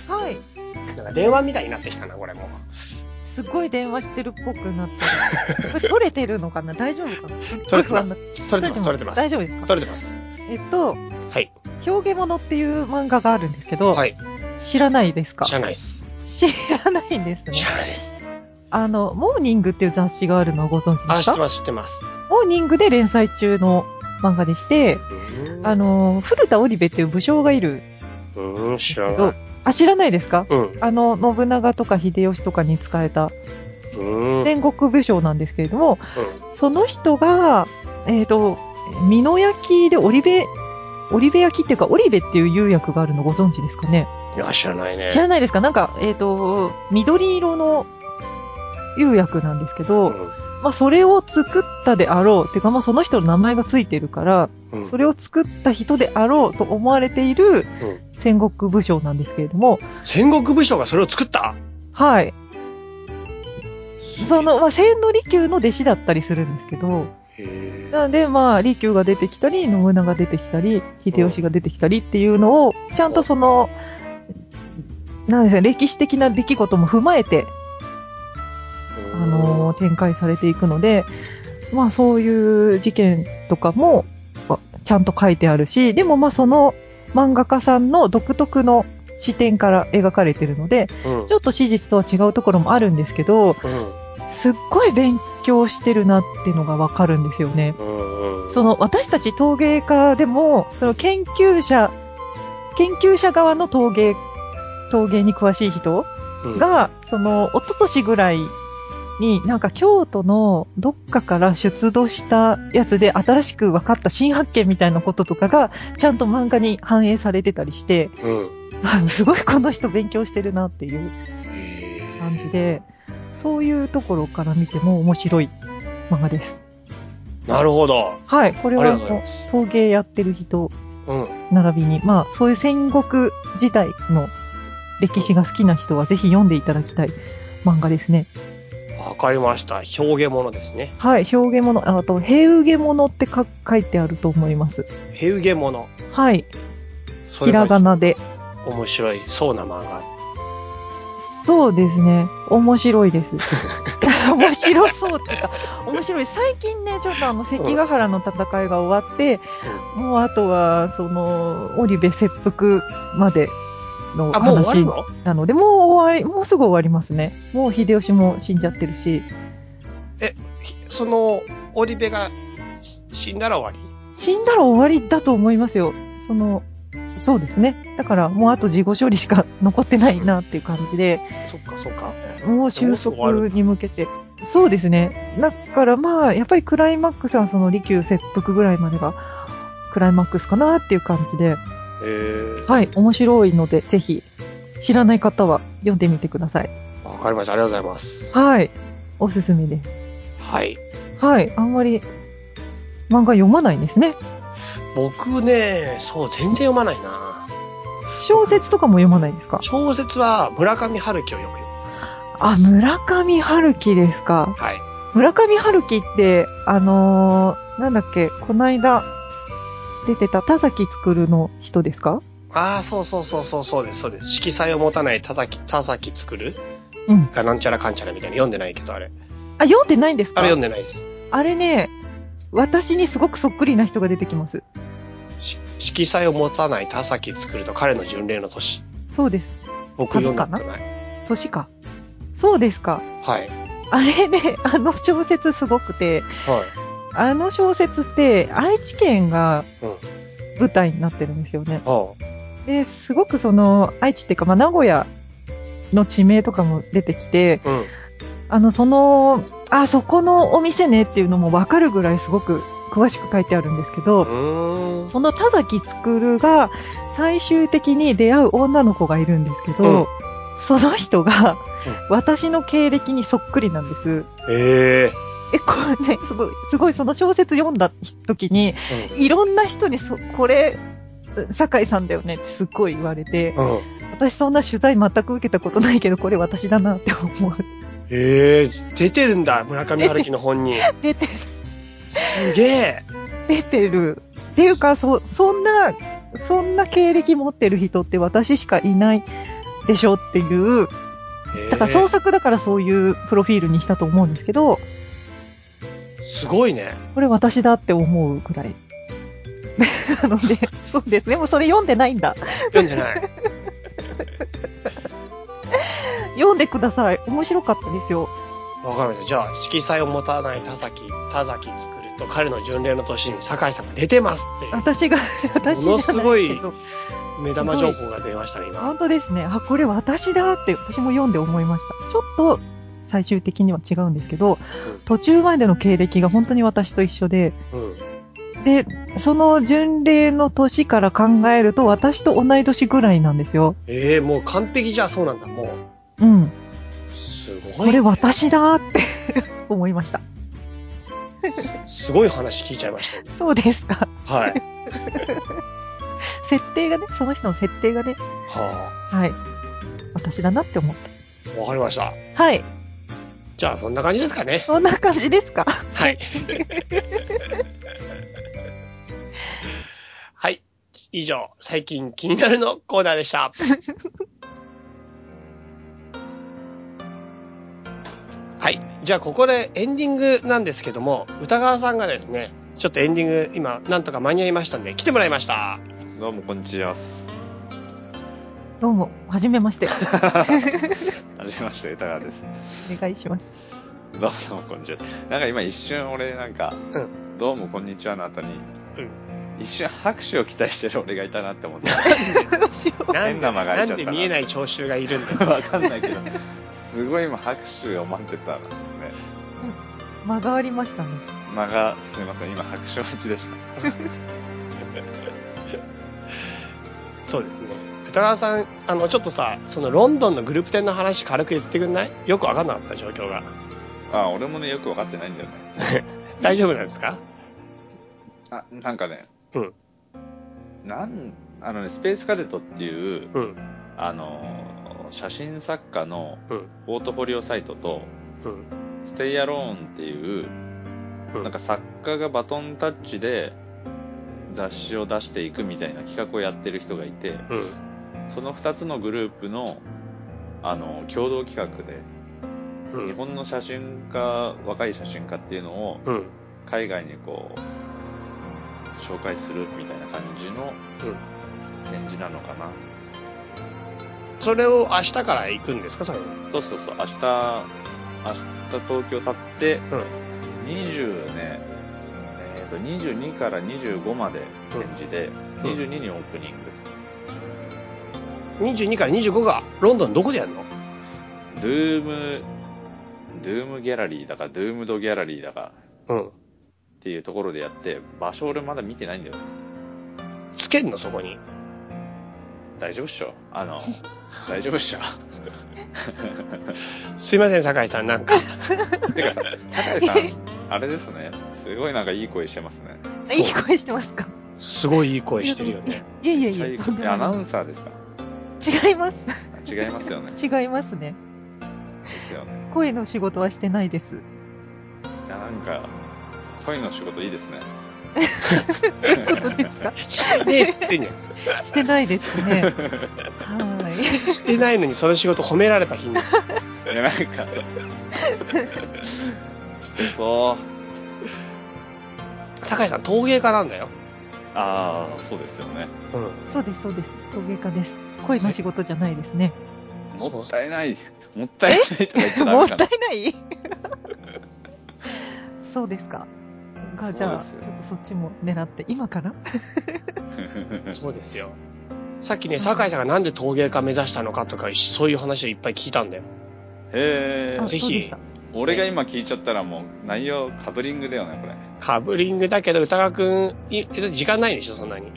[SPEAKER 3] はい。
[SPEAKER 2] なんか電話みたいになってきたな、これもう。
[SPEAKER 3] すごい電話してるっぽくなってる。これ取れてるのかな大丈夫かな
[SPEAKER 2] 取れてます
[SPEAKER 3] す。
[SPEAKER 2] 取れてます、取れてます
[SPEAKER 3] 大。丈夫ですか
[SPEAKER 2] 取れてます。
[SPEAKER 3] えっと、
[SPEAKER 2] はい。
[SPEAKER 3] 表現物っていう漫画があるんですけど、
[SPEAKER 2] はい。
[SPEAKER 3] 知らないですか
[SPEAKER 2] 知らないっす。
[SPEAKER 3] 知らないんですね。
[SPEAKER 2] 知らないです。
[SPEAKER 3] あの、モーニングっていう雑誌があるのをご存知で
[SPEAKER 2] あ、
[SPEAKER 3] す
[SPEAKER 2] 知って
[SPEAKER 3] か
[SPEAKER 2] ます、知ってます。
[SPEAKER 3] モーニングで連載中の漫画でして、あ、の、古田織部っていう武将がいるんで
[SPEAKER 2] うん、知
[SPEAKER 3] す
[SPEAKER 2] ら
[SPEAKER 3] け
[SPEAKER 2] な
[SPEAKER 3] ど
[SPEAKER 2] い。、
[SPEAKER 3] あ、知らないですか
[SPEAKER 2] うん、
[SPEAKER 3] あの、信長とか秀吉とかに仕えた
[SPEAKER 2] うん、うん。
[SPEAKER 3] 戦国武将なんですけれども、その人が、えっ、と、美濃焼きで織部、織部焼きっていうか、織部っていう釉薬があるのご存知ですかね
[SPEAKER 2] いや、知らないね。
[SPEAKER 3] 知らないですかなんか、えっ、と、緑色の釉薬なんですけど、
[SPEAKER 2] う
[SPEAKER 3] まあ、それを作ったであろう。てか、まあ、その人の名前がついてるから、
[SPEAKER 2] ん、うん
[SPEAKER 3] それを作った人であろうと思われている
[SPEAKER 2] ん
[SPEAKER 3] 戦国武将なんですけれども、
[SPEAKER 2] 戦国武将がそれを作った
[SPEAKER 3] はい。そ、の、まあ、千利休の弟子だったりするんですけど、
[SPEAKER 2] へー
[SPEAKER 3] なので、まあ、利休が出てきたり、信長が出てきたり、秀吉が出てきたりっていうのを、ちゃんとその、なんですね、歴史的な出来事も踏まえて、あのー展開されていくので、まあそういう事件とかも、わちゃんと書いてあるし、でもまあその漫画家さんの独特の視点から描かれてるので、
[SPEAKER 2] うん
[SPEAKER 3] ちょっと史実とは違うところもあるんですけど、
[SPEAKER 2] うん
[SPEAKER 3] すっごい勉強してるなってのがわかるんですよね。
[SPEAKER 2] うんうん
[SPEAKER 3] その私たち陶芸家でも、その研究者、研究者側の陶芸、陶芸に詳しい人
[SPEAKER 2] うん、
[SPEAKER 3] が、その、おととしぐらいに、なんか京都のどっかから出土したやつで新しく分かった新発見みたいなこととかが、ちゃんと漫画に反映されてたりして、
[SPEAKER 2] うん
[SPEAKER 3] あすごいこの人勉強してるなっていう
[SPEAKER 2] へー
[SPEAKER 3] 感じで、そういうところから見ても面白い漫画です。
[SPEAKER 2] なるほど。
[SPEAKER 3] はい、これ
[SPEAKER 2] あり
[SPEAKER 3] はあ
[SPEAKER 2] がとうござい
[SPEAKER 3] の
[SPEAKER 2] ます
[SPEAKER 3] 陶芸やってる人
[SPEAKER 2] うん。
[SPEAKER 3] 並びに、まあ、そういう戦国時代の歴史が好きな人はぜひ読んでいただきたい漫画ですね。
[SPEAKER 2] わかりました。表現物ですね。
[SPEAKER 3] はい、表現物、ああと、平受物ってか書いてあると思います。
[SPEAKER 2] 表現物。
[SPEAKER 3] はい、
[SPEAKER 2] そ
[SPEAKER 3] ひ
[SPEAKER 2] れ
[SPEAKER 3] ら
[SPEAKER 2] が
[SPEAKER 3] がなで。
[SPEAKER 2] 面白いそうな漫画。
[SPEAKER 3] そうですね。面白い です。面白そうっていうか、面白い。最近ね、ちょっとあの、関ヶ原の戦いが終わって、もうあとは、その、織部切腹までの
[SPEAKER 2] あ、もう終わる
[SPEAKER 3] 話
[SPEAKER 2] の
[SPEAKER 3] なので、もう終わり、もうすぐ終わりますね。もう秀吉も死んじゃってるし、
[SPEAKER 2] ひその、オリベがし死んだら終わ
[SPEAKER 3] 死んだら終わりだと思いますよ。その、そうですね。だからもうあと事後処理しか残ってないなっていう感じで、
[SPEAKER 2] りそっかそっか。
[SPEAKER 3] もう収束に向けて。そうですね。だからまあ、やっぱりクライマックスはその利休切腹ぐらいまでが、クライマックスかなっていう感じで、
[SPEAKER 2] へー
[SPEAKER 3] はい、面白いので、ぜひ、知らない方は読んでみてください。
[SPEAKER 2] わかりました。ありがとうございます。
[SPEAKER 3] はい、おすすめです。
[SPEAKER 2] はい。
[SPEAKER 3] はい、あんまり、漫画読まないんですね。
[SPEAKER 2] 僕ね、そう、全然読まないな。
[SPEAKER 3] 小説とかも読まないですか
[SPEAKER 2] 小説は村上春樹をよく読む。
[SPEAKER 3] あ、村上春樹ですか。
[SPEAKER 2] はい。
[SPEAKER 3] 村上春樹って、あのーなんだっけ、こないだ出てた田崎作るの人ですか
[SPEAKER 2] ああ、そうそうそうそうそうです、そうです。色彩を持たない田崎、田崎作る
[SPEAKER 3] うん
[SPEAKER 2] がなんちゃらかんちゃらみたいな読んでないけど、あれ。
[SPEAKER 3] あ、読んでないんですか
[SPEAKER 2] あれ読んでないです。
[SPEAKER 3] あれね、私にすごくそっくりな人が出てきます。
[SPEAKER 2] し色彩を持たない田崎作ると彼の巡礼の年。
[SPEAKER 3] そうです。
[SPEAKER 2] 僕読んだことない。
[SPEAKER 3] 年か。そうですか。
[SPEAKER 2] はい。
[SPEAKER 3] あれね、あの小説すごくて、
[SPEAKER 2] は
[SPEAKER 3] あの小説って愛知県が
[SPEAKER 2] うん
[SPEAKER 3] 舞台になってるんですよね。
[SPEAKER 2] い。は
[SPEAKER 3] で、すごくその、愛知っていうか、まあ、名古屋の地名とかも出てきて、
[SPEAKER 2] あ、うん。
[SPEAKER 3] あの、その、あ、そこのお店ねっていうのもわかるぐらいすごく詳しく書いてあるんですけ
[SPEAKER 2] う
[SPEAKER 3] ど、
[SPEAKER 2] ーん。
[SPEAKER 3] その田崎つくるが最終的に出会う女の子がいるんですけど、その人が私の経歴にそっくりなんです。
[SPEAKER 2] ええ
[SPEAKER 3] え、これね、すごい、すごいその小説読んだ時に、いろんな人にそ、これ、酒井さんだよねってすっごい言われて、
[SPEAKER 2] うん。うん。
[SPEAKER 3] 私そんな取材全く受けたことないけど、これ私だなって思う。
[SPEAKER 2] ええ出てるんだ、村上春樹の本に。
[SPEAKER 3] 出て、
[SPEAKER 2] すげえ。
[SPEAKER 3] 出てる。っていうか、そ、そんな、そんな経歴持ってる人って私しかいないでしょっていう、だから創
[SPEAKER 2] え
[SPEAKER 3] 作だからそういうプロフィールにしたと思うんですけど、
[SPEAKER 2] えすごいね。
[SPEAKER 3] これ私だって思うくらい。 なので、そうです。でもそれ読んでないんだ。
[SPEAKER 2] 読んでない。
[SPEAKER 3] 読んでください。面白かったですよ。
[SPEAKER 2] わかりました。じゃあ、色彩を持たない田崎、田崎作ると彼の巡礼の年に酒井さんが出てますっていう
[SPEAKER 3] 私が、 私じゃないですけど
[SPEAKER 2] ものすごい目玉情報が出ましたね、今。
[SPEAKER 3] 本当ですね。あ、これ私だって私も読んで思いました。ちょっと最終的には違うんですけど、途中までの経歴が本当に私と一緒で、
[SPEAKER 2] うん。
[SPEAKER 3] で、その巡礼の年から考えると私と同い年ぐらいなんですよ。
[SPEAKER 2] ええもう完璧じゃそうなんだ、も
[SPEAKER 3] うん。
[SPEAKER 2] う。すごい。
[SPEAKER 3] これ私だって 思いました。
[SPEAKER 2] すごい話聞いちゃいましたよね。
[SPEAKER 3] そうですか。
[SPEAKER 2] はい。
[SPEAKER 3] 設定がね、その人の設定がね、
[SPEAKER 2] は
[SPEAKER 3] はい。私だなって思っ
[SPEAKER 2] あ、わかりました。
[SPEAKER 3] た。はい。
[SPEAKER 2] じゃあ、そんな感じですかね。
[SPEAKER 3] そんな感じですか
[SPEAKER 2] はい。 はい。以上、最近気になるのコーナーでした。 はい。じゃあ、ここでエンディングなんですけども、歌川さんがですね、ちょっとエンディング、今、なんとか間に合いましたんで、来てもらいま した。
[SPEAKER 4] どうも、こんにちは。は
[SPEAKER 3] どうも、はじめまして。
[SPEAKER 4] じめまして、歌川です。
[SPEAKER 3] お願いします。
[SPEAKER 4] どうも、どうもこんにちは。なんか今一瞬俺、なんか、
[SPEAKER 2] う
[SPEAKER 4] どうも、こんにちはの後に、
[SPEAKER 2] うん
[SPEAKER 4] 一瞬拍手を期待してる俺がいたなっ て思って、
[SPEAKER 3] どうしよう
[SPEAKER 2] なん
[SPEAKER 4] 変な間が
[SPEAKER 2] な
[SPEAKER 4] 空
[SPEAKER 2] い
[SPEAKER 4] ちゃ
[SPEAKER 2] ん
[SPEAKER 4] っ
[SPEAKER 2] で
[SPEAKER 4] たな
[SPEAKER 2] 見えない聴衆がいるん です
[SPEAKER 4] わかんないけど、すごい今拍手を待ってたのね。
[SPEAKER 3] 間がありましたね。
[SPEAKER 4] 間が、すみません、今拍手を待ちでした。
[SPEAKER 2] そうですね。歌川さん、あの、ちょっとさ、そのロンドンのグループ展の話軽く言ってくんないよくわかんなかった状況が。
[SPEAKER 4] あ、俺もね、よくわかってないんだよね。
[SPEAKER 2] 大丈夫なんですか
[SPEAKER 4] あ、なんかね、
[SPEAKER 2] うん。
[SPEAKER 4] なん、あのね、スペースカデットっていう、
[SPEAKER 2] うん。
[SPEAKER 4] あのー、写真作家の
[SPEAKER 2] うん
[SPEAKER 4] ポートフォリオサイトと、
[SPEAKER 2] うん。
[SPEAKER 4] ステイアローンっていう、
[SPEAKER 2] うん
[SPEAKER 4] なんか作家がバトンタッチで雑誌を出していくみたいな企画をやってる人がいて、
[SPEAKER 2] うん。
[SPEAKER 4] その2つのグループの、あの、共同企画で、
[SPEAKER 2] う
[SPEAKER 4] 日
[SPEAKER 2] ん。
[SPEAKER 4] 本の写真家、若い写真家っていうのを
[SPEAKER 2] うん。
[SPEAKER 4] 海外にこう、紹介するみたいな感じの展示なのかな。
[SPEAKER 2] それを明日から行くんですかそれ。う
[SPEAKER 4] そうそうそう、明日、明日東京立って、20ね、えっ、と、22から25まで展示で、
[SPEAKER 2] うん
[SPEAKER 4] 22にオープニング。
[SPEAKER 2] ん。22から25がロンドンどこでやるの
[SPEAKER 4] ドゥーム、ドゥームギャラリーだか、ドゥームドギャラリーだか
[SPEAKER 2] うん。
[SPEAKER 4] っていうところでやって、場所俺まだ見てないんだよね。
[SPEAKER 2] つけんのそこに。
[SPEAKER 4] 大丈夫っしょ あの、大丈夫っしょ
[SPEAKER 2] すいません、酒井さん。なんか、
[SPEAKER 4] てかさ、酒井さん、あれですね。すごいなんかいい声してますね。
[SPEAKER 3] いい声してますか
[SPEAKER 2] すごいいい声してるよね。
[SPEAKER 3] いえいえ
[SPEAKER 4] めっちゃい
[SPEAKER 3] いえ、
[SPEAKER 4] い
[SPEAKER 3] とん
[SPEAKER 4] 声
[SPEAKER 3] で
[SPEAKER 4] えア
[SPEAKER 3] も
[SPEAKER 4] ナ
[SPEAKER 3] な
[SPEAKER 4] ウ
[SPEAKER 3] い。
[SPEAKER 4] ンサーですか
[SPEAKER 3] 違います。
[SPEAKER 4] 違いますよね。
[SPEAKER 3] 違いますね。
[SPEAKER 4] ですよね。
[SPEAKER 3] 声の仕事はしてないです。
[SPEAKER 4] いや、なんか、声の仕事いいですね。
[SPEAKER 3] どうですか
[SPEAKER 2] ねえ、つってんね
[SPEAKER 3] してないですね。は
[SPEAKER 2] んしてないのにその仕事褒められた日に。
[SPEAKER 4] いや、 なんか、してそう。
[SPEAKER 2] 酒井さん、陶芸家なんだよ。
[SPEAKER 4] ああ、そうですよね。
[SPEAKER 2] うん。
[SPEAKER 3] い。そうです、そうです。陶芸家です。声の仕事じゃないですね。
[SPEAKER 4] もったいない。もったいないとか言っちゃダ
[SPEAKER 3] も
[SPEAKER 4] メ
[SPEAKER 3] っ
[SPEAKER 4] か
[SPEAKER 3] たい
[SPEAKER 4] な。
[SPEAKER 3] ない そうですか。が、じゃあ、ち
[SPEAKER 4] そうですよ
[SPEAKER 3] ょっとそっちも狙って、今から
[SPEAKER 2] そうですよ。さっきね、酒井さんがなんで陶芸家目指したのかとか、そういう話をいっぱい聞いたんだよ。
[SPEAKER 4] へえ
[SPEAKER 3] あ、
[SPEAKER 2] ぜひ
[SPEAKER 3] そうでした
[SPEAKER 4] 俺が今聞いちゃったらもう内容カブリングだよね、これ。
[SPEAKER 2] カブリングだけど、歌川くん、い時間ないでしょ、そんなに。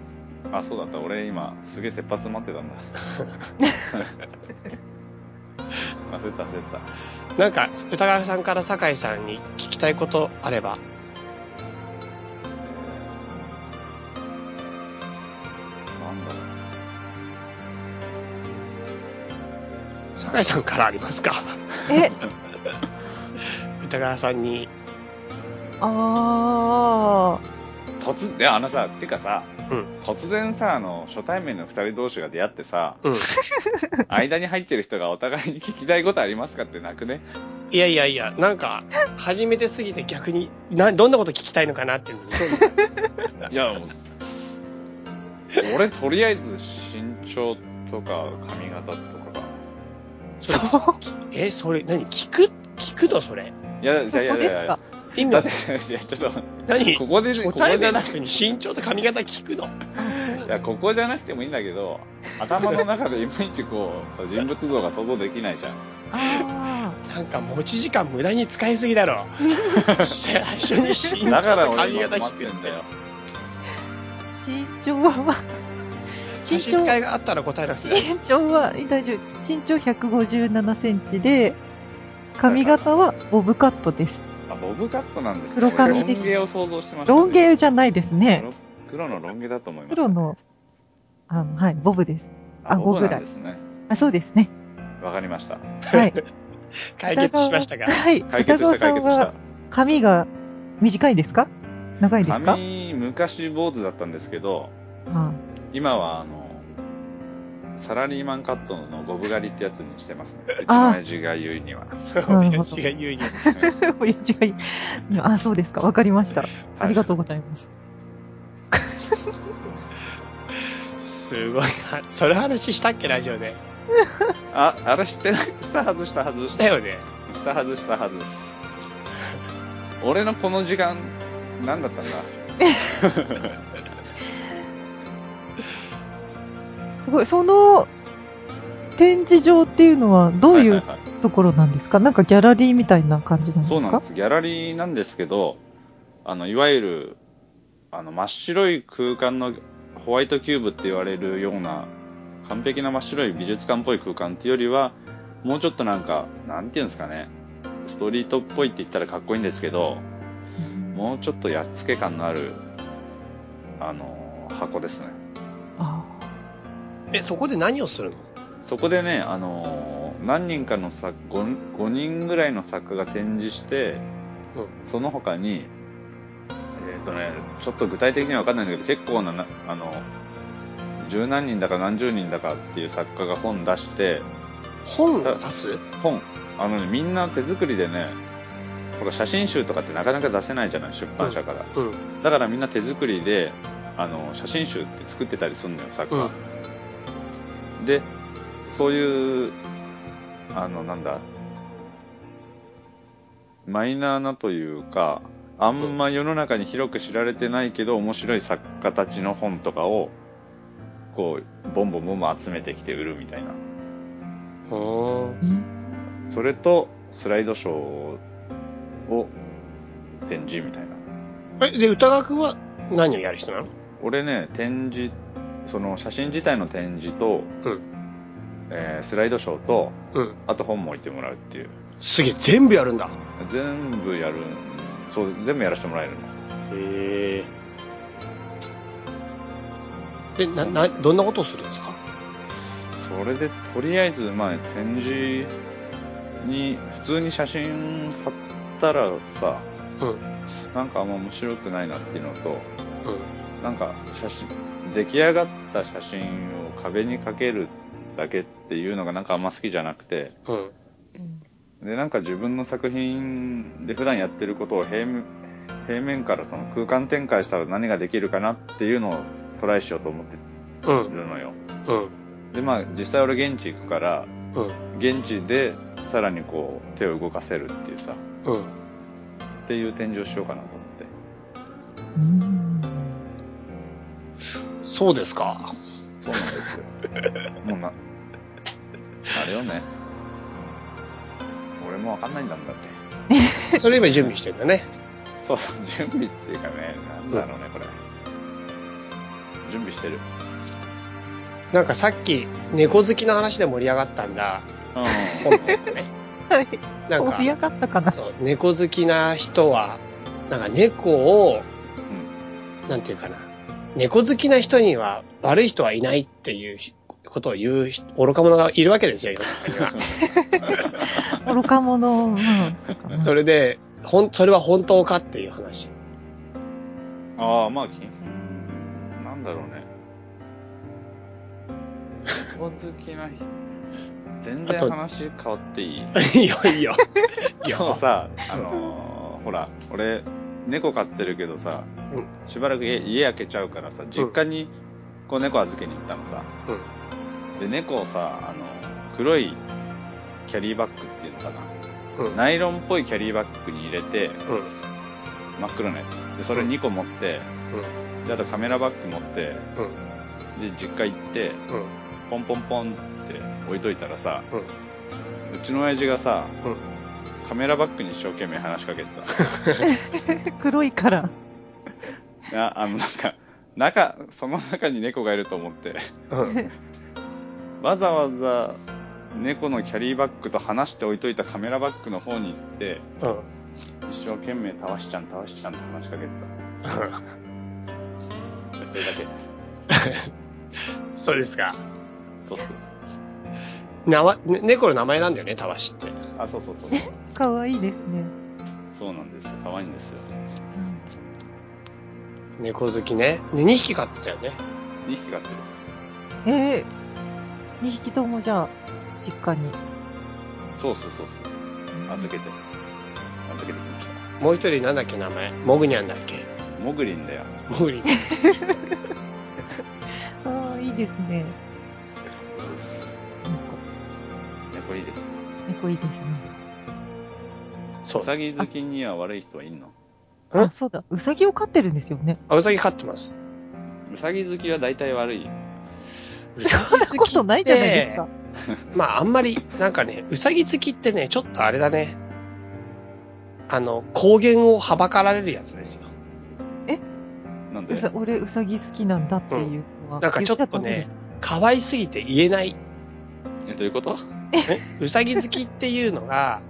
[SPEAKER 4] あ、そうだった。俺今、すげえ切羽詰まってた んだ。焦った焦った。
[SPEAKER 2] なんか、歌川さんから酒井さんに聞きたいことあれば。
[SPEAKER 4] なんだろう。
[SPEAKER 2] 酒井さんからあり ますか
[SPEAKER 3] え、
[SPEAKER 2] 歌川さんに。
[SPEAKER 3] あ
[SPEAKER 4] 突いやあのさてかさ、
[SPEAKER 2] うん
[SPEAKER 4] 突然さあの初対面の2人同士が出会ってさ
[SPEAKER 2] うん。
[SPEAKER 4] 間に入ってる人がお互いに聞きたいことありますかってなくね
[SPEAKER 2] いやいやいや、なんか、初めてすぎて逆に、な、どんなこと聞きたいのかなっていうのに。
[SPEAKER 4] いやもう俺とりあえず身長とか髪型とかが
[SPEAKER 3] ー、そう。
[SPEAKER 2] え、それ、何聞く聞くのそれ。
[SPEAKER 4] いや、い
[SPEAKER 3] そこ
[SPEAKER 4] やいやい
[SPEAKER 3] です
[SPEAKER 4] やいや
[SPEAKER 3] か。
[SPEAKER 2] 意味
[SPEAKER 4] だ
[SPEAKER 2] わ
[SPEAKER 4] っ
[SPEAKER 2] か
[SPEAKER 4] て、
[SPEAKER 2] んない
[SPEAKER 4] いや、ちょっと、
[SPEAKER 2] 何
[SPEAKER 4] ここで、こ
[SPEAKER 2] 初
[SPEAKER 4] こ
[SPEAKER 2] 対
[SPEAKER 4] じゃ
[SPEAKER 2] 面
[SPEAKER 4] な
[SPEAKER 2] の
[SPEAKER 4] く
[SPEAKER 2] 人に身長と髪型聞くの
[SPEAKER 4] いや、ここじゃなくてもいいんだけど、頭の中でいまいちこう、そう人物像が想像できないじゃん。
[SPEAKER 3] あ
[SPEAKER 2] なんか持ち時間無駄に使いすぎだろ。最初に身
[SPEAKER 4] だ
[SPEAKER 2] 長
[SPEAKER 4] から
[SPEAKER 2] と
[SPEAKER 4] 俺
[SPEAKER 2] 髪
[SPEAKER 4] 今
[SPEAKER 2] 型
[SPEAKER 4] 困っ
[SPEAKER 2] 聞
[SPEAKER 4] て
[SPEAKER 2] く
[SPEAKER 4] んだよ。
[SPEAKER 3] あ、身長は、まあ
[SPEAKER 2] 差し支えがあったら答え なす。
[SPEAKER 3] 身長は、大丈夫です。身長157センチで、髪型はボブカットです。
[SPEAKER 4] あ、ボブカットなんですね
[SPEAKER 3] 黒髪です
[SPEAKER 4] ロン毛を想像してましたね。
[SPEAKER 3] ロン毛じゃないですね。
[SPEAKER 4] 黒黒のロン毛だと思います。
[SPEAKER 3] 黒の、あの、はい、ボブです。
[SPEAKER 4] あ、
[SPEAKER 3] 顎
[SPEAKER 4] 僕
[SPEAKER 3] ぐらい
[SPEAKER 4] なんですね。
[SPEAKER 3] あ、そうですね。
[SPEAKER 4] わかりました。
[SPEAKER 3] はい。
[SPEAKER 2] 解決しましたが。
[SPEAKER 3] はい。
[SPEAKER 4] 解決
[SPEAKER 3] 歌川
[SPEAKER 4] した、
[SPEAKER 3] さ
[SPEAKER 4] 解
[SPEAKER 3] ん
[SPEAKER 4] 決し
[SPEAKER 3] は
[SPEAKER 4] た。
[SPEAKER 3] 髪が短いですか長いですか
[SPEAKER 4] 髪、昔坊主だったんですけど、
[SPEAKER 3] は
[SPEAKER 4] 今はあの、サラリーマンカットのゴブ狩りってやつにしてますね。うちの
[SPEAKER 3] あ
[SPEAKER 4] 親父が言うには。
[SPEAKER 3] なるほど
[SPEAKER 2] 親父が言うには。
[SPEAKER 3] い。親父がいい。あ、そうですか。わかりました。ありがとうございます。
[SPEAKER 2] すごいな。 それ話したっけ、ラジオで。
[SPEAKER 4] あ、あれ知ってない下外したはず。
[SPEAKER 2] したよね。
[SPEAKER 4] 下外したはず。俺のこの時間、何だったんだ
[SPEAKER 3] すごい。その、展示場っていうのはどうい
[SPEAKER 4] は
[SPEAKER 3] う
[SPEAKER 4] はは
[SPEAKER 3] ところなんですかなんかギャラリーみたいな感じなん
[SPEAKER 4] そ
[SPEAKER 3] で
[SPEAKER 4] う
[SPEAKER 3] す
[SPEAKER 4] なん
[SPEAKER 3] か
[SPEAKER 4] です。ギャラリーなんですけど、あの、いわゆる、あの、真っ白い空間のホワイトキューブって言われるような、完璧な真っ白い美術館っぽい空間っていうよりは、もうちょっとなんか、なんていうんですかね、ストリートっぽいって言ったらかっこいいんですけど、もうちょっとやっつけ感のある、あの、箱ですね。
[SPEAKER 3] あ
[SPEAKER 2] え、そこで何をするの
[SPEAKER 4] そこでね、あのー何人かの作 5, 5人ぐらいの作家が展示して、
[SPEAKER 2] うん
[SPEAKER 4] その他に、えっ、とね、ちょっと具体的には分かんないんだけど、結構なな、あの、十何人だか何十人だかっていう作家が本出して、
[SPEAKER 2] 本を出す
[SPEAKER 4] 本、あのね、みんな手作りでね、ほら、写真集とかってなかなか出せないじゃない、出版社から。
[SPEAKER 2] うん。
[SPEAKER 4] だからみんな手作りで、あの、写真集って作ってたりすんのよ、作家。で、そういう、あの、なんだ、マイナーなというか、あんま世の中に広く知られてないけど、面白い作家たちの本とかを、こう、ボンボンボンボン集めてきて売るみたいな。
[SPEAKER 2] ほ
[SPEAKER 3] ーうん
[SPEAKER 4] それと、スライドショーを展示みたいな。
[SPEAKER 2] ーえ、で、歌川くんは何をやる人なの
[SPEAKER 4] 俺ね展示その写真自体の展示と、
[SPEAKER 2] うん
[SPEAKER 4] えースライドショーと
[SPEAKER 2] うん。
[SPEAKER 4] あと本も置いてもらうっていう
[SPEAKER 2] すげえ、全部やるんだ。
[SPEAKER 4] 全部やるんそう全部やらせてもらえるの
[SPEAKER 2] へえ。で、な、な、どんなことをするんですか
[SPEAKER 4] それでとりあえずまあ展示に普通に写真貼ったらさ、
[SPEAKER 2] うん
[SPEAKER 4] なんかあんま面白くないなっていうのと
[SPEAKER 2] うん。
[SPEAKER 4] なんか写真出来上がった写真を壁にかけるだけっていうのがなんかあんま好きじゃなくて
[SPEAKER 2] うん。
[SPEAKER 4] でなんか自分の作品で普段やってることを平面平面からその空間展開したら何ができるかなっていうのをトライしようと思って
[SPEAKER 2] うん。
[SPEAKER 4] るのよ
[SPEAKER 2] うん。
[SPEAKER 4] でまあ実際俺現地行くから
[SPEAKER 2] うん。
[SPEAKER 4] 現地でさらにこう手を動かせるっていうさ
[SPEAKER 2] うん。
[SPEAKER 4] っていう展示をしようかなと思って
[SPEAKER 3] うん
[SPEAKER 2] そうです か。
[SPEAKER 4] そうなんですよもうなあれよね俺もわかんないんだもんだって
[SPEAKER 2] それ今準備してんだね。
[SPEAKER 4] そう準備っていうかねなんだろうねこれ準備してる
[SPEAKER 2] なんかさっき、猫好きの話で盛り上がったんだ。
[SPEAKER 4] うん
[SPEAKER 2] 本とか ね。
[SPEAKER 3] はい。
[SPEAKER 2] なんか、
[SPEAKER 3] 脅かったかな。
[SPEAKER 2] そう、猫好きな人は、なんか猫を、なんていうかな。猫好きな人には悪い人はいないっていうひことを言うひ愚か者がいるわけですよ、世の中に
[SPEAKER 3] 愚か者、まあ、そうか
[SPEAKER 2] は。
[SPEAKER 3] な。
[SPEAKER 2] それで、ほん、それは本当かっていう話。
[SPEAKER 4] ああ、まあ、きなんだろうね。猫好きな人、全然
[SPEAKER 2] あと
[SPEAKER 4] 話変わって
[SPEAKER 2] い
[SPEAKER 4] いい
[SPEAKER 2] いよ、いいよ。いい
[SPEAKER 4] 今日
[SPEAKER 2] よ。
[SPEAKER 4] さ、あのーほら、俺、猫飼ってるけどさ
[SPEAKER 2] うん、
[SPEAKER 4] しばらく家家開けちゃうからさ、実家に、こう猫預けに行ったのさ。で、猫をさ、あのー黒いキャリーバッグっていうのかな。
[SPEAKER 2] うん。
[SPEAKER 4] ナイロンっぽいキャリーバッグに入れて、
[SPEAKER 2] うん。
[SPEAKER 4] 真っ黒なやつ。で、それ2個持って、で、あとカメラバッグ持って、
[SPEAKER 2] うん。
[SPEAKER 4] で、実家行って、
[SPEAKER 2] うん。うん。
[SPEAKER 4] ポンポンポンって置いといたらさ、
[SPEAKER 2] う
[SPEAKER 4] うちの親父がさ、
[SPEAKER 2] うん
[SPEAKER 4] カメラバッグに一生懸命話しかけて
[SPEAKER 3] 黒いから。
[SPEAKER 4] た。ああの、なんか、中、その中に猫がいると思って、
[SPEAKER 2] うん。
[SPEAKER 4] わざわざ猫のキャリーバッグと離して置いといたカメラバッグの方に行って、
[SPEAKER 2] うん。
[SPEAKER 4] 一生懸命たわしちゃんたわしちゃんって話しかけてた。それだけ。
[SPEAKER 2] そうですか。
[SPEAKER 4] そうそう。
[SPEAKER 2] なわ、ね猫の名前なんだよね、たわしって。
[SPEAKER 4] あ、そうそうそう。
[SPEAKER 3] かわいいですね。
[SPEAKER 4] そうなんですよ。可愛いんですよ。
[SPEAKER 2] 猫好きね。ね、2匹飼ってたよね。
[SPEAKER 4] 2匹飼ってる。
[SPEAKER 3] うんえー、2匹ともじゃあ、実家に。
[SPEAKER 4] そうそうそうそう。預けて。預けてきまし
[SPEAKER 2] もう一人なんだっけ、名前。モグニャンだっけ。
[SPEAKER 4] た。モグリンだよ。
[SPEAKER 2] モグリ。
[SPEAKER 3] ああ、いいですね。
[SPEAKER 4] 猫いいですよ。
[SPEAKER 3] 猫。猫いいですね。
[SPEAKER 2] そう
[SPEAKER 4] う。さぎ好きには悪い人はいんの
[SPEAKER 2] ん
[SPEAKER 3] あ、そうだ。うさぎを飼ってるんですよね。
[SPEAKER 2] あ、うさぎ飼ってます。
[SPEAKER 4] うさぎ好きは大体悪い。
[SPEAKER 2] うさ
[SPEAKER 3] そんなことないじゃないですか。
[SPEAKER 2] まあ、あんまり、なんかね、うさぎ好きってね、ちょっとあれだね。あの、高原をはばかられるやつですよ。
[SPEAKER 4] なんで
[SPEAKER 3] うさ俺、うさぎ好きなんだっていうのは。
[SPEAKER 2] んなんかちょっと
[SPEAKER 3] 言ちゃダ
[SPEAKER 2] ね
[SPEAKER 3] メです
[SPEAKER 2] 可愛すぎて言えない。
[SPEAKER 4] え、どういうこと
[SPEAKER 2] ねうさぎ好きっていうのが、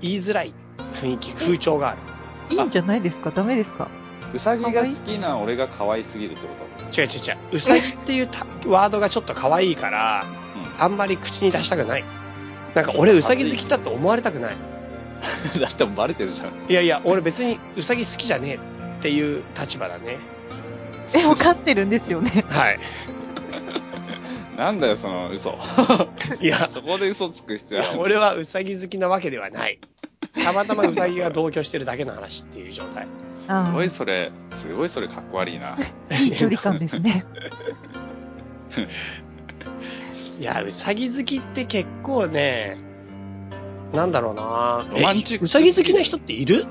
[SPEAKER 2] 言いづらい雰囲気、風潮がある。
[SPEAKER 3] いいんじゃないですかダメですか
[SPEAKER 4] うさぎが好きな俺が可愛すぎるってこと
[SPEAKER 2] 違う違う違う。うさぎっていうたワードがちょっと可愛いから、
[SPEAKER 4] う
[SPEAKER 2] あんまり口に出したくない。なんか俺うさぎ好きだって思われたくない。
[SPEAKER 4] ん。 だってもうバレてるじゃん。
[SPEAKER 2] いやいや、俺別にうさぎ好きじゃねえっていう立場だね。
[SPEAKER 3] え、もう飼ってるんですよね。
[SPEAKER 2] はい。
[SPEAKER 4] なんだよ、その嘘。
[SPEAKER 2] いや、
[SPEAKER 4] そこで嘘つく必
[SPEAKER 2] い
[SPEAKER 4] 要
[SPEAKER 2] や
[SPEAKER 4] は。
[SPEAKER 2] 俺はうさぎ好きなわけではない。たまたまうさぎが同居してるだけの話っていう状態。
[SPEAKER 4] す
[SPEAKER 3] あ
[SPEAKER 4] ごい
[SPEAKER 3] ー
[SPEAKER 4] それ、すごいそれかっこ悪いな。
[SPEAKER 3] いい距離感です ね。
[SPEAKER 2] いや、うさぎ好きって結構ね、なんだろうな
[SPEAKER 4] ロマンチック
[SPEAKER 2] えうさぎ好きな人っている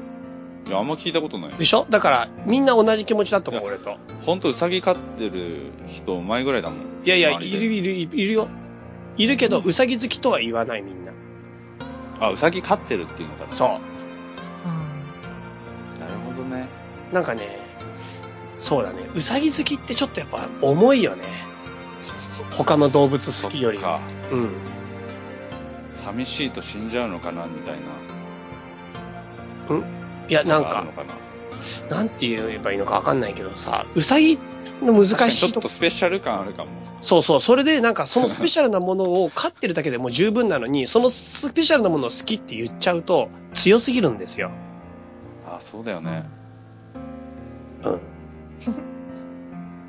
[SPEAKER 4] いや、あんま聞いたことない。
[SPEAKER 2] でしょだから、みんな同じ気持ちだと思う、
[SPEAKER 4] いや
[SPEAKER 2] 俺と。
[SPEAKER 4] ほんとうさぎ飼ってる人前ぐらいだもん。
[SPEAKER 2] いやいや、
[SPEAKER 4] 周
[SPEAKER 2] い
[SPEAKER 4] りで
[SPEAKER 2] るいる、いるよ。いるけど、うさぎ好きとは言わないみんな。
[SPEAKER 4] あ、うさぎ飼ってるっていうのかな。
[SPEAKER 2] そう
[SPEAKER 4] う。なるほどね。
[SPEAKER 2] う。なんかね、そうだね。うさぎ好きってちょっとやっぱ重いよね。他の動物好きより。
[SPEAKER 4] そっか。
[SPEAKER 2] うん。
[SPEAKER 4] 寂しいと死んじゃうのかな、みたいな。
[SPEAKER 2] いや、なん
[SPEAKER 4] ある
[SPEAKER 2] か
[SPEAKER 4] の、かな。
[SPEAKER 2] なんて言えばいいのかわかんないけどさ、うさぎの難し
[SPEAKER 4] 確かに
[SPEAKER 2] い
[SPEAKER 4] ちょっ
[SPEAKER 2] と
[SPEAKER 4] と
[SPEAKER 2] こ。
[SPEAKER 4] スペシャル感あるかも。
[SPEAKER 2] そうそう。それでなんかそ のスペシャルなものを飼ってるだけでもう十分なの に、そのスペシャルなものを好きって言っちゃうと強すぎるんですよ。
[SPEAKER 4] あ、そうだよね。
[SPEAKER 2] うん。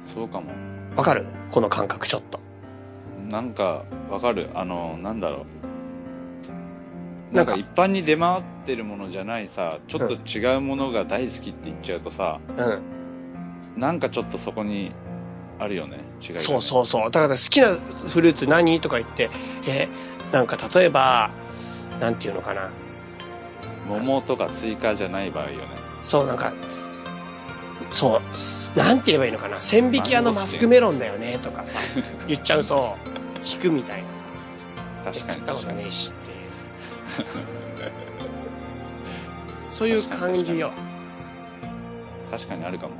[SPEAKER 4] そうかも。
[SPEAKER 2] わかるこの感覚ちょっと。
[SPEAKER 4] なんか、わかる。あの、なんだろう。
[SPEAKER 2] な
[SPEAKER 4] なんん
[SPEAKER 2] か
[SPEAKER 4] か一般に出回ってるものじゃないさ、ちょっと
[SPEAKER 2] う
[SPEAKER 4] 違うものが大好きって言っちゃうとさ、
[SPEAKER 2] うん。
[SPEAKER 4] なんかちょっとそこにあるよね。違い、ね。
[SPEAKER 2] そうそうそう。だから好きなフルーツ何とか言って、え、なんか例えば、なんていうのかな。
[SPEAKER 4] 桃とかスイカじゃない場合よね。
[SPEAKER 2] そう、なんか、そう、すなんて言えばいいのかな。千匹屋のマスクメロンだよね、とか さ、言っちゃうと、引くみたいなさ。
[SPEAKER 4] 確か
[SPEAKER 2] 食
[SPEAKER 4] に
[SPEAKER 2] ったこ
[SPEAKER 4] 確
[SPEAKER 2] と
[SPEAKER 4] か
[SPEAKER 2] ね
[SPEAKER 4] に。
[SPEAKER 2] えしっていう。そういう感じよ。
[SPEAKER 4] 確かにあるかも。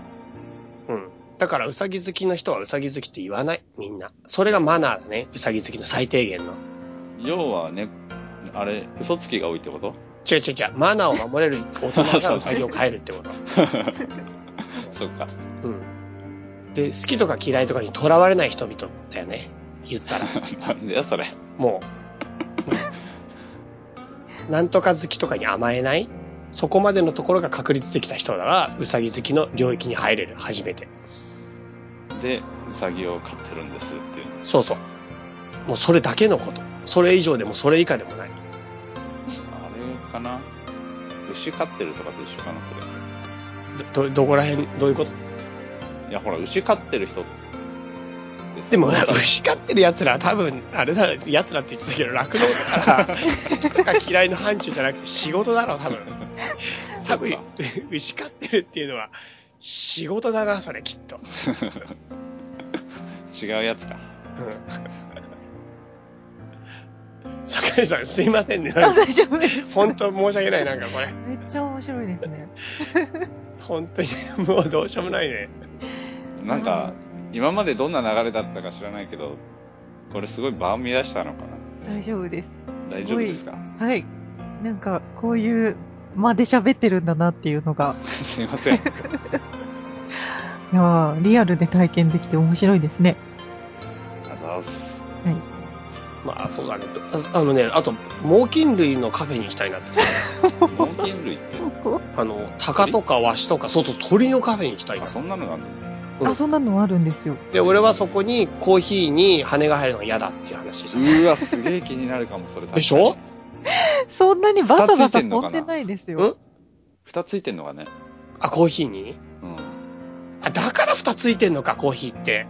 [SPEAKER 2] うん。だから、うさぎ好きの人はうさぎ好きって言わない、みんな。それがマナーだね、うさぎ好きの最低限の。
[SPEAKER 4] 要はね、あれ、嘘つきが多いってこと
[SPEAKER 2] 違う違う違う、マナーを守れる大人がうさぎを飼えるってこと。
[SPEAKER 4] そっか。
[SPEAKER 2] うん。で、好きとか嫌いとかに囚われない人々だよね。言ったら、
[SPEAKER 4] なんでやそれ。
[SPEAKER 2] もう。なんとか好きとかに甘えないそこまでのところが確立できた人だが、うさぎ好きの領域に入れる、初めて。
[SPEAKER 4] で、うさぎを飼ってるんですっていうの。
[SPEAKER 2] そうそう。もうそれだけのこと。それ以上でもそれ以下でもない。
[SPEAKER 4] あれかな牛飼ってるとかと一緒かなそれ。
[SPEAKER 2] ど、ど、どこら辺、どういうこと
[SPEAKER 4] いや、ほら、牛飼ってる人っってさ
[SPEAKER 2] でも、 牛飼ってる奴らは多分、あれだ、奴らって言ってたけど、酪農だから、好きとか嫌いの範疇じゃなくて仕事だろう、多分。多分、牛飼ってるっていうのは、仕事だな、それ、きっと。
[SPEAKER 4] 違うやつか
[SPEAKER 2] うん。坂井さん、すいませんね。
[SPEAKER 3] あ大丈夫です。
[SPEAKER 2] 本当申し訳ない、なんかこれ。
[SPEAKER 3] めっちゃ面白いですね。
[SPEAKER 2] 本当に、もうどうしようもないね。
[SPEAKER 4] なんか今までどんな流れだったか知らないけどこれすごい場を乱したのかな
[SPEAKER 3] 大丈夫です。
[SPEAKER 4] 大丈夫ですか
[SPEAKER 3] はい。なんか、こういう間で喋ってるんだなっていうのが、
[SPEAKER 4] すいません
[SPEAKER 3] いやーリアルで体験できて面白いですね。
[SPEAKER 4] あざっす
[SPEAKER 2] まあ、そうだね。ああのね、あと、猛禽類のカフェに行きたいな ってさ。
[SPEAKER 4] 猛禽類って
[SPEAKER 3] こ
[SPEAKER 2] あの、鷹とかワシとか、そうそう、鳥のカフェに行きたいな
[SPEAKER 4] あ。そんなのがあるの
[SPEAKER 3] あ、そんなのあるんですよ。
[SPEAKER 2] で、俺はそこにコーヒーに羽が入るのが嫌だっていう話さ
[SPEAKER 4] う。ーわすげえ気になるかもそれ確かに
[SPEAKER 2] でしょ
[SPEAKER 3] そんなにバタバ
[SPEAKER 4] 二つい
[SPEAKER 3] タ
[SPEAKER 4] てんの
[SPEAKER 3] 飛
[SPEAKER 4] か
[SPEAKER 3] ん
[SPEAKER 4] な
[SPEAKER 3] でないです
[SPEAKER 2] ん
[SPEAKER 3] よ。
[SPEAKER 4] 蓋ついてんのがね
[SPEAKER 2] あ、コーヒーに
[SPEAKER 4] うん
[SPEAKER 2] あ、だから蓋ついてんのか、コーヒーって。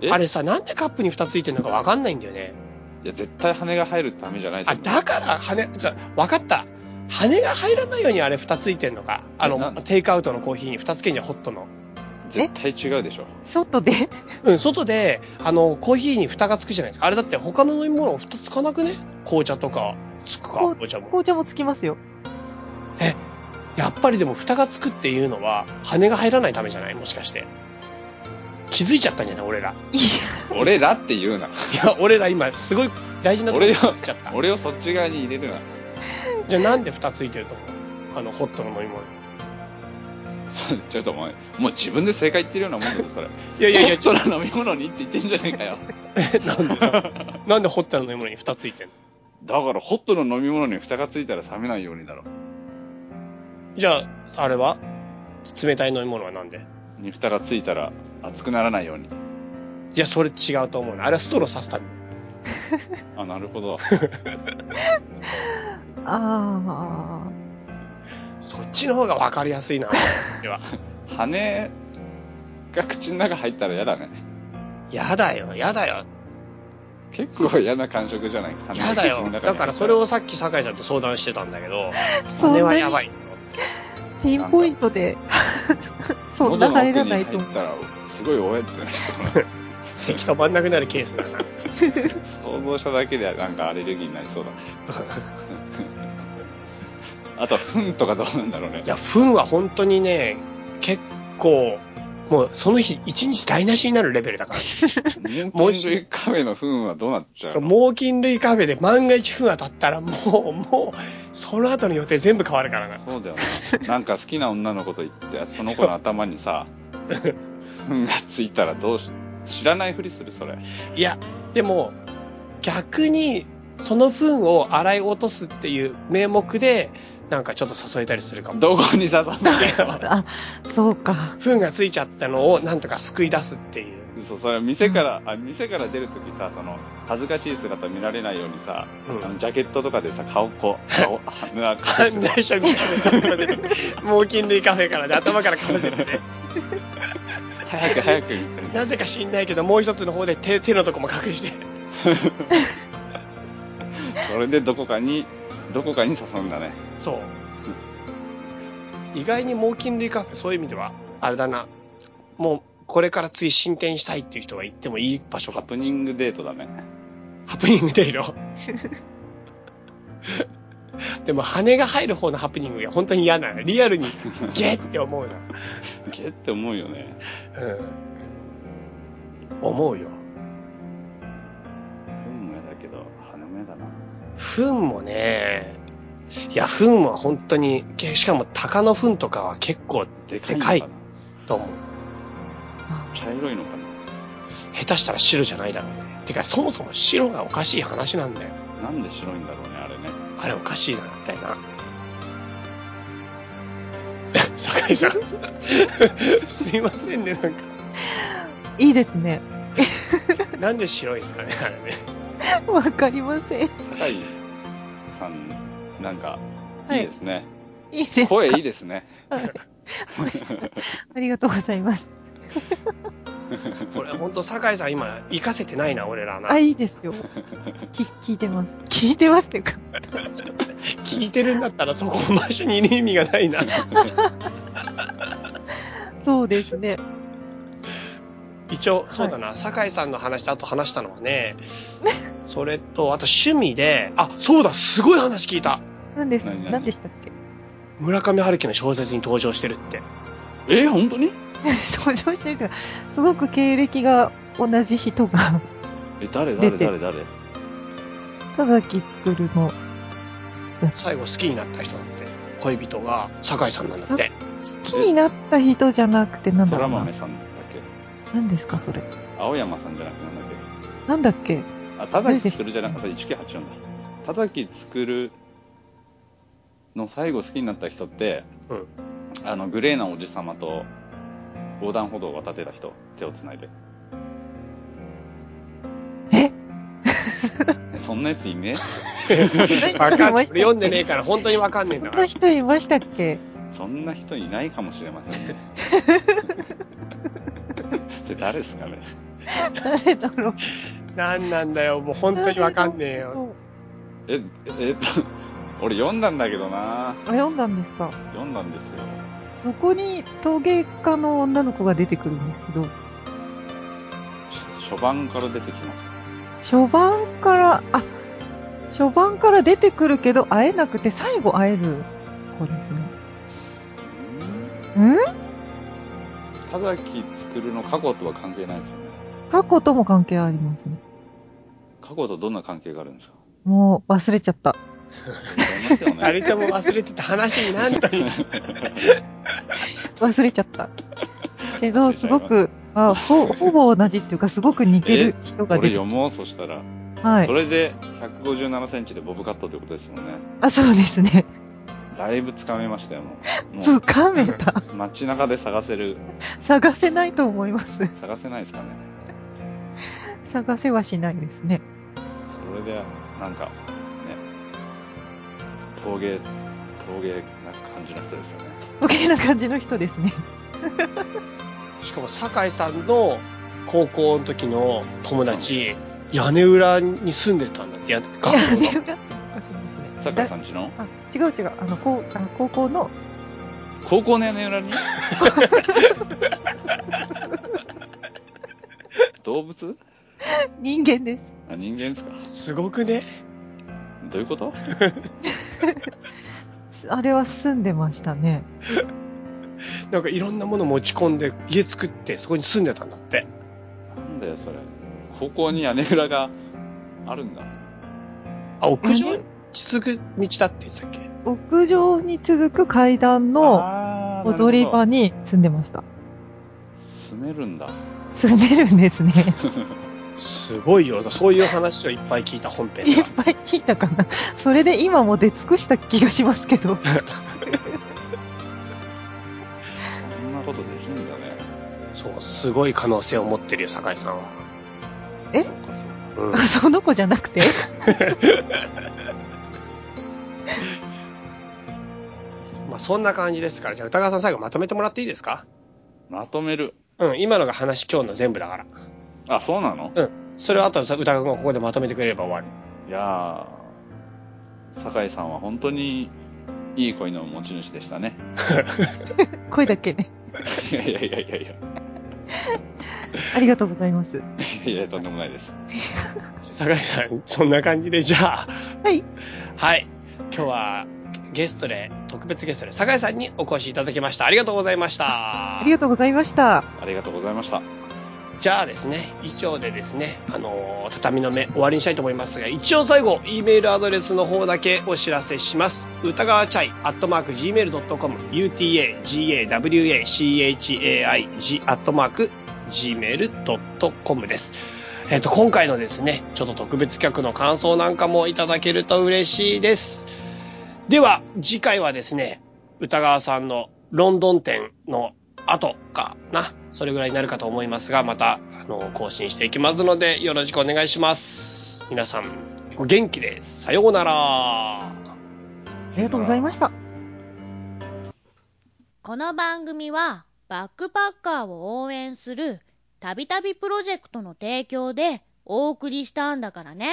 [SPEAKER 4] え
[SPEAKER 2] あれさ、なんでカップに蓋ついてんのかわかんないんだよね。
[SPEAKER 4] いや絶対羽が入るためじゃないと
[SPEAKER 2] あ、
[SPEAKER 4] 思う
[SPEAKER 2] だから羽、じゃ、わかった。羽が入らないようにあれ蓋ついてんのか。あ
[SPEAKER 4] えな
[SPEAKER 2] の、
[SPEAKER 4] んで
[SPEAKER 2] テイクアウトのコーヒーに蓋つけんじゃん、ホットの。
[SPEAKER 4] 絶対違うでしょ
[SPEAKER 3] 外で
[SPEAKER 2] うん、外で、あの、コーヒーに蓋がつくじゃないですか。あれだって他の飲み物蓋つかなくね紅茶とか、つくか、
[SPEAKER 3] こう
[SPEAKER 2] 紅茶も。
[SPEAKER 3] 紅茶もつきますよ。
[SPEAKER 2] やっぱりでも蓋がつくっていうのは、羽が入らないためじゃないもしかして。気づいちゃったんじゃない俺ら。
[SPEAKER 4] 俺らって言うない
[SPEAKER 2] や、俺ら今、すごい大事なところに
[SPEAKER 4] 俺
[SPEAKER 2] 気
[SPEAKER 4] よ
[SPEAKER 2] づいちゃった。
[SPEAKER 4] 俺をそっち側に入れるな
[SPEAKER 2] じゃあなんで蓋ついてると思うあの、ホットの飲み物。
[SPEAKER 4] それ ちょっとお前もう自分で正解言ってるようなもんだぞそれ
[SPEAKER 2] いやい
[SPEAKER 4] い
[SPEAKER 2] や
[SPEAKER 4] や
[SPEAKER 2] い
[SPEAKER 4] いや
[SPEAKER 2] や、
[SPEAKER 4] ちょっと飲み物にって言ってんじゃねえかよ
[SPEAKER 2] なんで、なんでホットの飲み物に蓋ついてんの
[SPEAKER 4] だからホットの飲み物に蓋がついたら冷めないようにだろ
[SPEAKER 2] じゃあ、あれは冷たい飲み物はなんで
[SPEAKER 4] に蓋がついたら熱くならないように
[SPEAKER 2] いや、それ違うと思うな。あれはストロー刺すため。
[SPEAKER 4] あなる ほど
[SPEAKER 3] あ
[SPEAKER 2] そっちの方がわかりやすいな。では。
[SPEAKER 4] 羽が口の中入ったら嫌だね
[SPEAKER 2] やだよ、やだよ、
[SPEAKER 4] 結構嫌な感触じ ゃないか
[SPEAKER 2] やだ よ。だからそれ
[SPEAKER 4] を
[SPEAKER 2] をさっき酒井さんと相談してたんだけど、
[SPEAKER 3] あ、
[SPEAKER 2] そ
[SPEAKER 3] そん
[SPEAKER 2] れ
[SPEAKER 3] な
[SPEAKER 2] は
[SPEAKER 3] に
[SPEAKER 2] やばい。
[SPEAKER 3] ピンポイントで、 そんな入らないと
[SPEAKER 4] 入
[SPEAKER 3] 思
[SPEAKER 4] っ
[SPEAKER 3] う。
[SPEAKER 4] たらすごいおえってなりそう
[SPEAKER 2] 咳止まんなくなるケースだな。
[SPEAKER 4] 想像しただけでなんかアレルギーになり そうだ あとは糞とかどうなんだろうね
[SPEAKER 2] いや、糞は本当にね、結構、もうその日一日台無しになるレベルだから、
[SPEAKER 4] 猛禽類カフェの糞はどうなっちゃ
[SPEAKER 2] そうう、
[SPEAKER 4] の
[SPEAKER 2] 猛禽類カフェで万が一糞当たったらもう、もう、その後の予定全部変わるからな。
[SPEAKER 4] そうだよね。なんか好きな女の子と言って、その子の頭にさ、糞がついたらどうし、知らないふりするそれ。
[SPEAKER 2] いや、でも、逆に、その糞を洗い落とすっていう名目で、なんかちょっと誘えたりするかも。
[SPEAKER 4] どこに刺さんだよ。
[SPEAKER 3] あ、そうか。
[SPEAKER 2] 糞がついちゃったのをなんとか救い出すっていう。
[SPEAKER 4] そう、それ店から、あ、店から出るときさ、その、恥ずかしい姿見られないようにさ、
[SPEAKER 2] う
[SPEAKER 4] あ
[SPEAKER 2] ん
[SPEAKER 4] の、ジャケットとかでさ、顔こう、顔、鼻隠
[SPEAKER 2] 犯
[SPEAKER 4] して
[SPEAKER 2] 罪者
[SPEAKER 4] さ
[SPEAKER 2] みたいな格好で猛禽類カフェからね、頭からかぶせてね。
[SPEAKER 4] 早く早くみたいな。
[SPEAKER 2] なぜか知んないけど、もう一つの方で手、手のとこも隠して。
[SPEAKER 4] それでどこかに、どこかに誘うんだね。
[SPEAKER 2] そう。意外に猛禽類カフェ、そういう意味では、あれだな。もう、これから次進展したいっていう人が行ってもいい場所か
[SPEAKER 4] ハ
[SPEAKER 2] も
[SPEAKER 4] プニングデートだね。
[SPEAKER 2] ハプニングデイロ。 でも、羽が入る方のハプニングが本当に嫌なの。リアルに、ゲッって思うな。
[SPEAKER 4] ゲって思うよね。
[SPEAKER 2] うん。思うよ。
[SPEAKER 4] 糞も嫌だけど、鼻も嫌だな。
[SPEAKER 2] 糞もね、いや、糞は本当に、けしかも鷹の糞とかは結構
[SPEAKER 4] でかいの
[SPEAKER 2] でか
[SPEAKER 4] かな。
[SPEAKER 2] と思う。
[SPEAKER 3] あ
[SPEAKER 4] 茶色いのかな。
[SPEAKER 2] 下手したら白じゃないだろうね。てか、そもそも白がおかしい話なんだよ。
[SPEAKER 4] なんで白いんだろうね、あれね。
[SPEAKER 2] あれおかしいな、あれな。 酒井さん。 すいませんね、なんか。
[SPEAKER 3] いいですね。
[SPEAKER 2] なんで白いですかね、あれね。
[SPEAKER 3] わかりません。
[SPEAKER 4] 酒井さん、なんか、
[SPEAKER 3] はい
[SPEAKER 4] いいですね。
[SPEAKER 3] いいですか
[SPEAKER 4] 声いいですね。
[SPEAKER 3] ありがとうございます。
[SPEAKER 2] これほんと酒井さん今、活かせてないな、俺らな
[SPEAKER 3] あ、。いいですよ。き、聞いてます。聞いてますっていうか。
[SPEAKER 2] 聞いてるんだったらそこの場所にいる意味がないな。
[SPEAKER 3] そうですね。
[SPEAKER 2] 一応、そうだな、酒井さんの話とあと話したのはね、それと、あと趣味で、あ、そうだ、すごい話聞いた。
[SPEAKER 3] 何です、
[SPEAKER 4] 何々
[SPEAKER 3] 何でしたっけ
[SPEAKER 2] 村上春樹の小説に登場してるって。
[SPEAKER 4] えー、本当に
[SPEAKER 3] 登場してるというか、すごく経歴が同じ人が、
[SPEAKER 4] え、誰
[SPEAKER 3] 出
[SPEAKER 4] 誰
[SPEAKER 3] て
[SPEAKER 4] 誰誰
[SPEAKER 3] 田崎作るの、
[SPEAKER 2] 最後好きになった人だって。恋人が酒井さんなんだって。
[SPEAKER 3] 好きになった人じゃなくて、なんだろ
[SPEAKER 4] 空
[SPEAKER 3] うな
[SPEAKER 4] 豆。さんだっけ
[SPEAKER 3] 何ですか、それ。
[SPEAKER 4] 青山さんじゃなくてなんだっけ
[SPEAKER 3] なんだっけ
[SPEAKER 4] あ、田崎作るじゃなくて、それ1984だ。田崎作るの最後好きになった人って、
[SPEAKER 2] うん
[SPEAKER 4] あの、グレーなおじさまと横断歩道を渡ってた人、手をつないで。
[SPEAKER 3] え
[SPEAKER 4] えそんなやついね
[SPEAKER 2] わかん
[SPEAKER 3] ま
[SPEAKER 2] ない。
[SPEAKER 3] したっけ
[SPEAKER 2] 俺読んでねえから本当にわかんねえんだ
[SPEAKER 3] そん
[SPEAKER 2] から
[SPEAKER 3] な。人いましたっけ
[SPEAKER 4] そんな人いないかもしれませんね。それ誰ですかね
[SPEAKER 3] 誰だろう
[SPEAKER 2] なんなんだよ、もう 本当にわかんねえよ。。
[SPEAKER 4] え、え、俺読んだんだけどな
[SPEAKER 3] あ、読んだんですか。
[SPEAKER 4] 読んだんですよ。
[SPEAKER 3] そこに陶芸家の女の子が出てくるんですけど、
[SPEAKER 4] し初版から出てきます。
[SPEAKER 3] 初版から、あ、初版から出てくるけど会えなくて最後会える子ですね。ん
[SPEAKER 4] 田崎作るの過去とは関係ないですよね。
[SPEAKER 3] 過去とも関係ありますね。
[SPEAKER 4] 過去とどんな関係があるんですか
[SPEAKER 3] もう忘れちゃった。
[SPEAKER 4] ありますよ
[SPEAKER 2] 二
[SPEAKER 4] ね。
[SPEAKER 2] 人とも忘れてた話になんだよ。
[SPEAKER 3] 忘れちゃ った。け
[SPEAKER 4] 忘
[SPEAKER 3] ど、
[SPEAKER 4] れち
[SPEAKER 3] す
[SPEAKER 4] ゃいま
[SPEAKER 3] ご
[SPEAKER 4] す
[SPEAKER 3] く、あほほぼ同じっていうか、すごく似てる人が
[SPEAKER 4] 俺
[SPEAKER 3] 出て
[SPEAKER 4] 読もう、そしたら。
[SPEAKER 3] はい
[SPEAKER 4] そ。れで157センチでボブカットということですもんね。
[SPEAKER 3] あ、そうですね。
[SPEAKER 4] だいぶつかめましたよ、もう。も
[SPEAKER 3] つかめた。
[SPEAKER 4] う街中で探せる、
[SPEAKER 3] 探せないと思います。
[SPEAKER 4] 探せないですかね。
[SPEAKER 3] 探せはしないですね。
[SPEAKER 4] それで、なんか、ね、陶芸、陶芸な感じの人ですよね。
[SPEAKER 3] 余計な感じの人ですね。
[SPEAKER 2] しかも酒井さんの高校の時の友達、屋根裏に住んでたんだって。や学校
[SPEAKER 3] い
[SPEAKER 2] の
[SPEAKER 3] や、それがおかしいですね。
[SPEAKER 4] 坂井さんちの
[SPEAKER 3] あ、違う違う。あの、高あ高校の、
[SPEAKER 4] 高校の屋根裏に動物
[SPEAKER 3] 人間です。
[SPEAKER 4] あ人間ですか
[SPEAKER 2] すごくね。
[SPEAKER 4] どういうこと
[SPEAKER 3] すあれは住んでましたね。
[SPEAKER 2] なんかいろんなもの持ち込んで家作ってそこに住んでたんだって。
[SPEAKER 4] なんだよそれ高校に屋根裏があるんだ
[SPEAKER 2] あ、屋上
[SPEAKER 3] う
[SPEAKER 2] に続く道だって言ってたっけ
[SPEAKER 3] 屋上に続く階段の
[SPEAKER 4] あーなるほど
[SPEAKER 3] 踊り場に住んでました。
[SPEAKER 4] 住めるんだ
[SPEAKER 3] 住めるんですね。
[SPEAKER 2] すごいよ。そういう話をいっぱい聞いた本編
[SPEAKER 3] い
[SPEAKER 2] だ
[SPEAKER 3] っ。ぱい聞いたかな。それで今も出尽くした気がしますけ ど。
[SPEAKER 4] そんなことできんだね
[SPEAKER 2] そう、すごい可能性を持ってるよ、酒井さんは。
[SPEAKER 3] え
[SPEAKER 4] そうかそう
[SPEAKER 2] うん
[SPEAKER 3] あ。その子じゃなくて
[SPEAKER 2] まあそんな感じですから、じゃあ歌川さん最後まとめてもらっていいですか
[SPEAKER 4] まとめる
[SPEAKER 2] うん、今のが話今日の全部だから。
[SPEAKER 4] あそうなの
[SPEAKER 2] それをあとさ歌川君がここでまとめてくれれば終わる。
[SPEAKER 4] いやー酒井さんは本当にいい恋の持ち主でしたね
[SPEAKER 3] 声だけね。
[SPEAKER 4] いやいやいやいやいや
[SPEAKER 3] ありがとうございます。
[SPEAKER 4] いやとんでもないです
[SPEAKER 2] 酒井さん、そんな感じで、じゃあ、
[SPEAKER 3] はい。
[SPEAKER 2] はい。今日は、ゲストで、特別ゲストで、酒井さんにお越しいただきました。ありがとうございました。
[SPEAKER 3] ありがとうございました。
[SPEAKER 4] ありがとうございました
[SPEAKER 2] じゃあですね、以上でですね、あのー畳の目終わりにしたいと思いますが、一応最後、E メールアドレスの方だけお知らせします。歌川チャイ、アットマーク、gmail.com、utagawachai、アットマーク、gmail.com です。えっ、と、今回のですね、ちょっと特別企画の感想なんかもいただけると嬉しいです。では、次回はですね、歌川さんのロンドン店の後かな。それぐらいになるかと思いますが、また、あの、更新していきますので、よろしくお願いします。皆さん、お元気で、さようなら。
[SPEAKER 3] ありがとうございました。
[SPEAKER 5] この番組はバックパッカーを応援するたびたびプロジェクトの提供でお送りしたんだからね。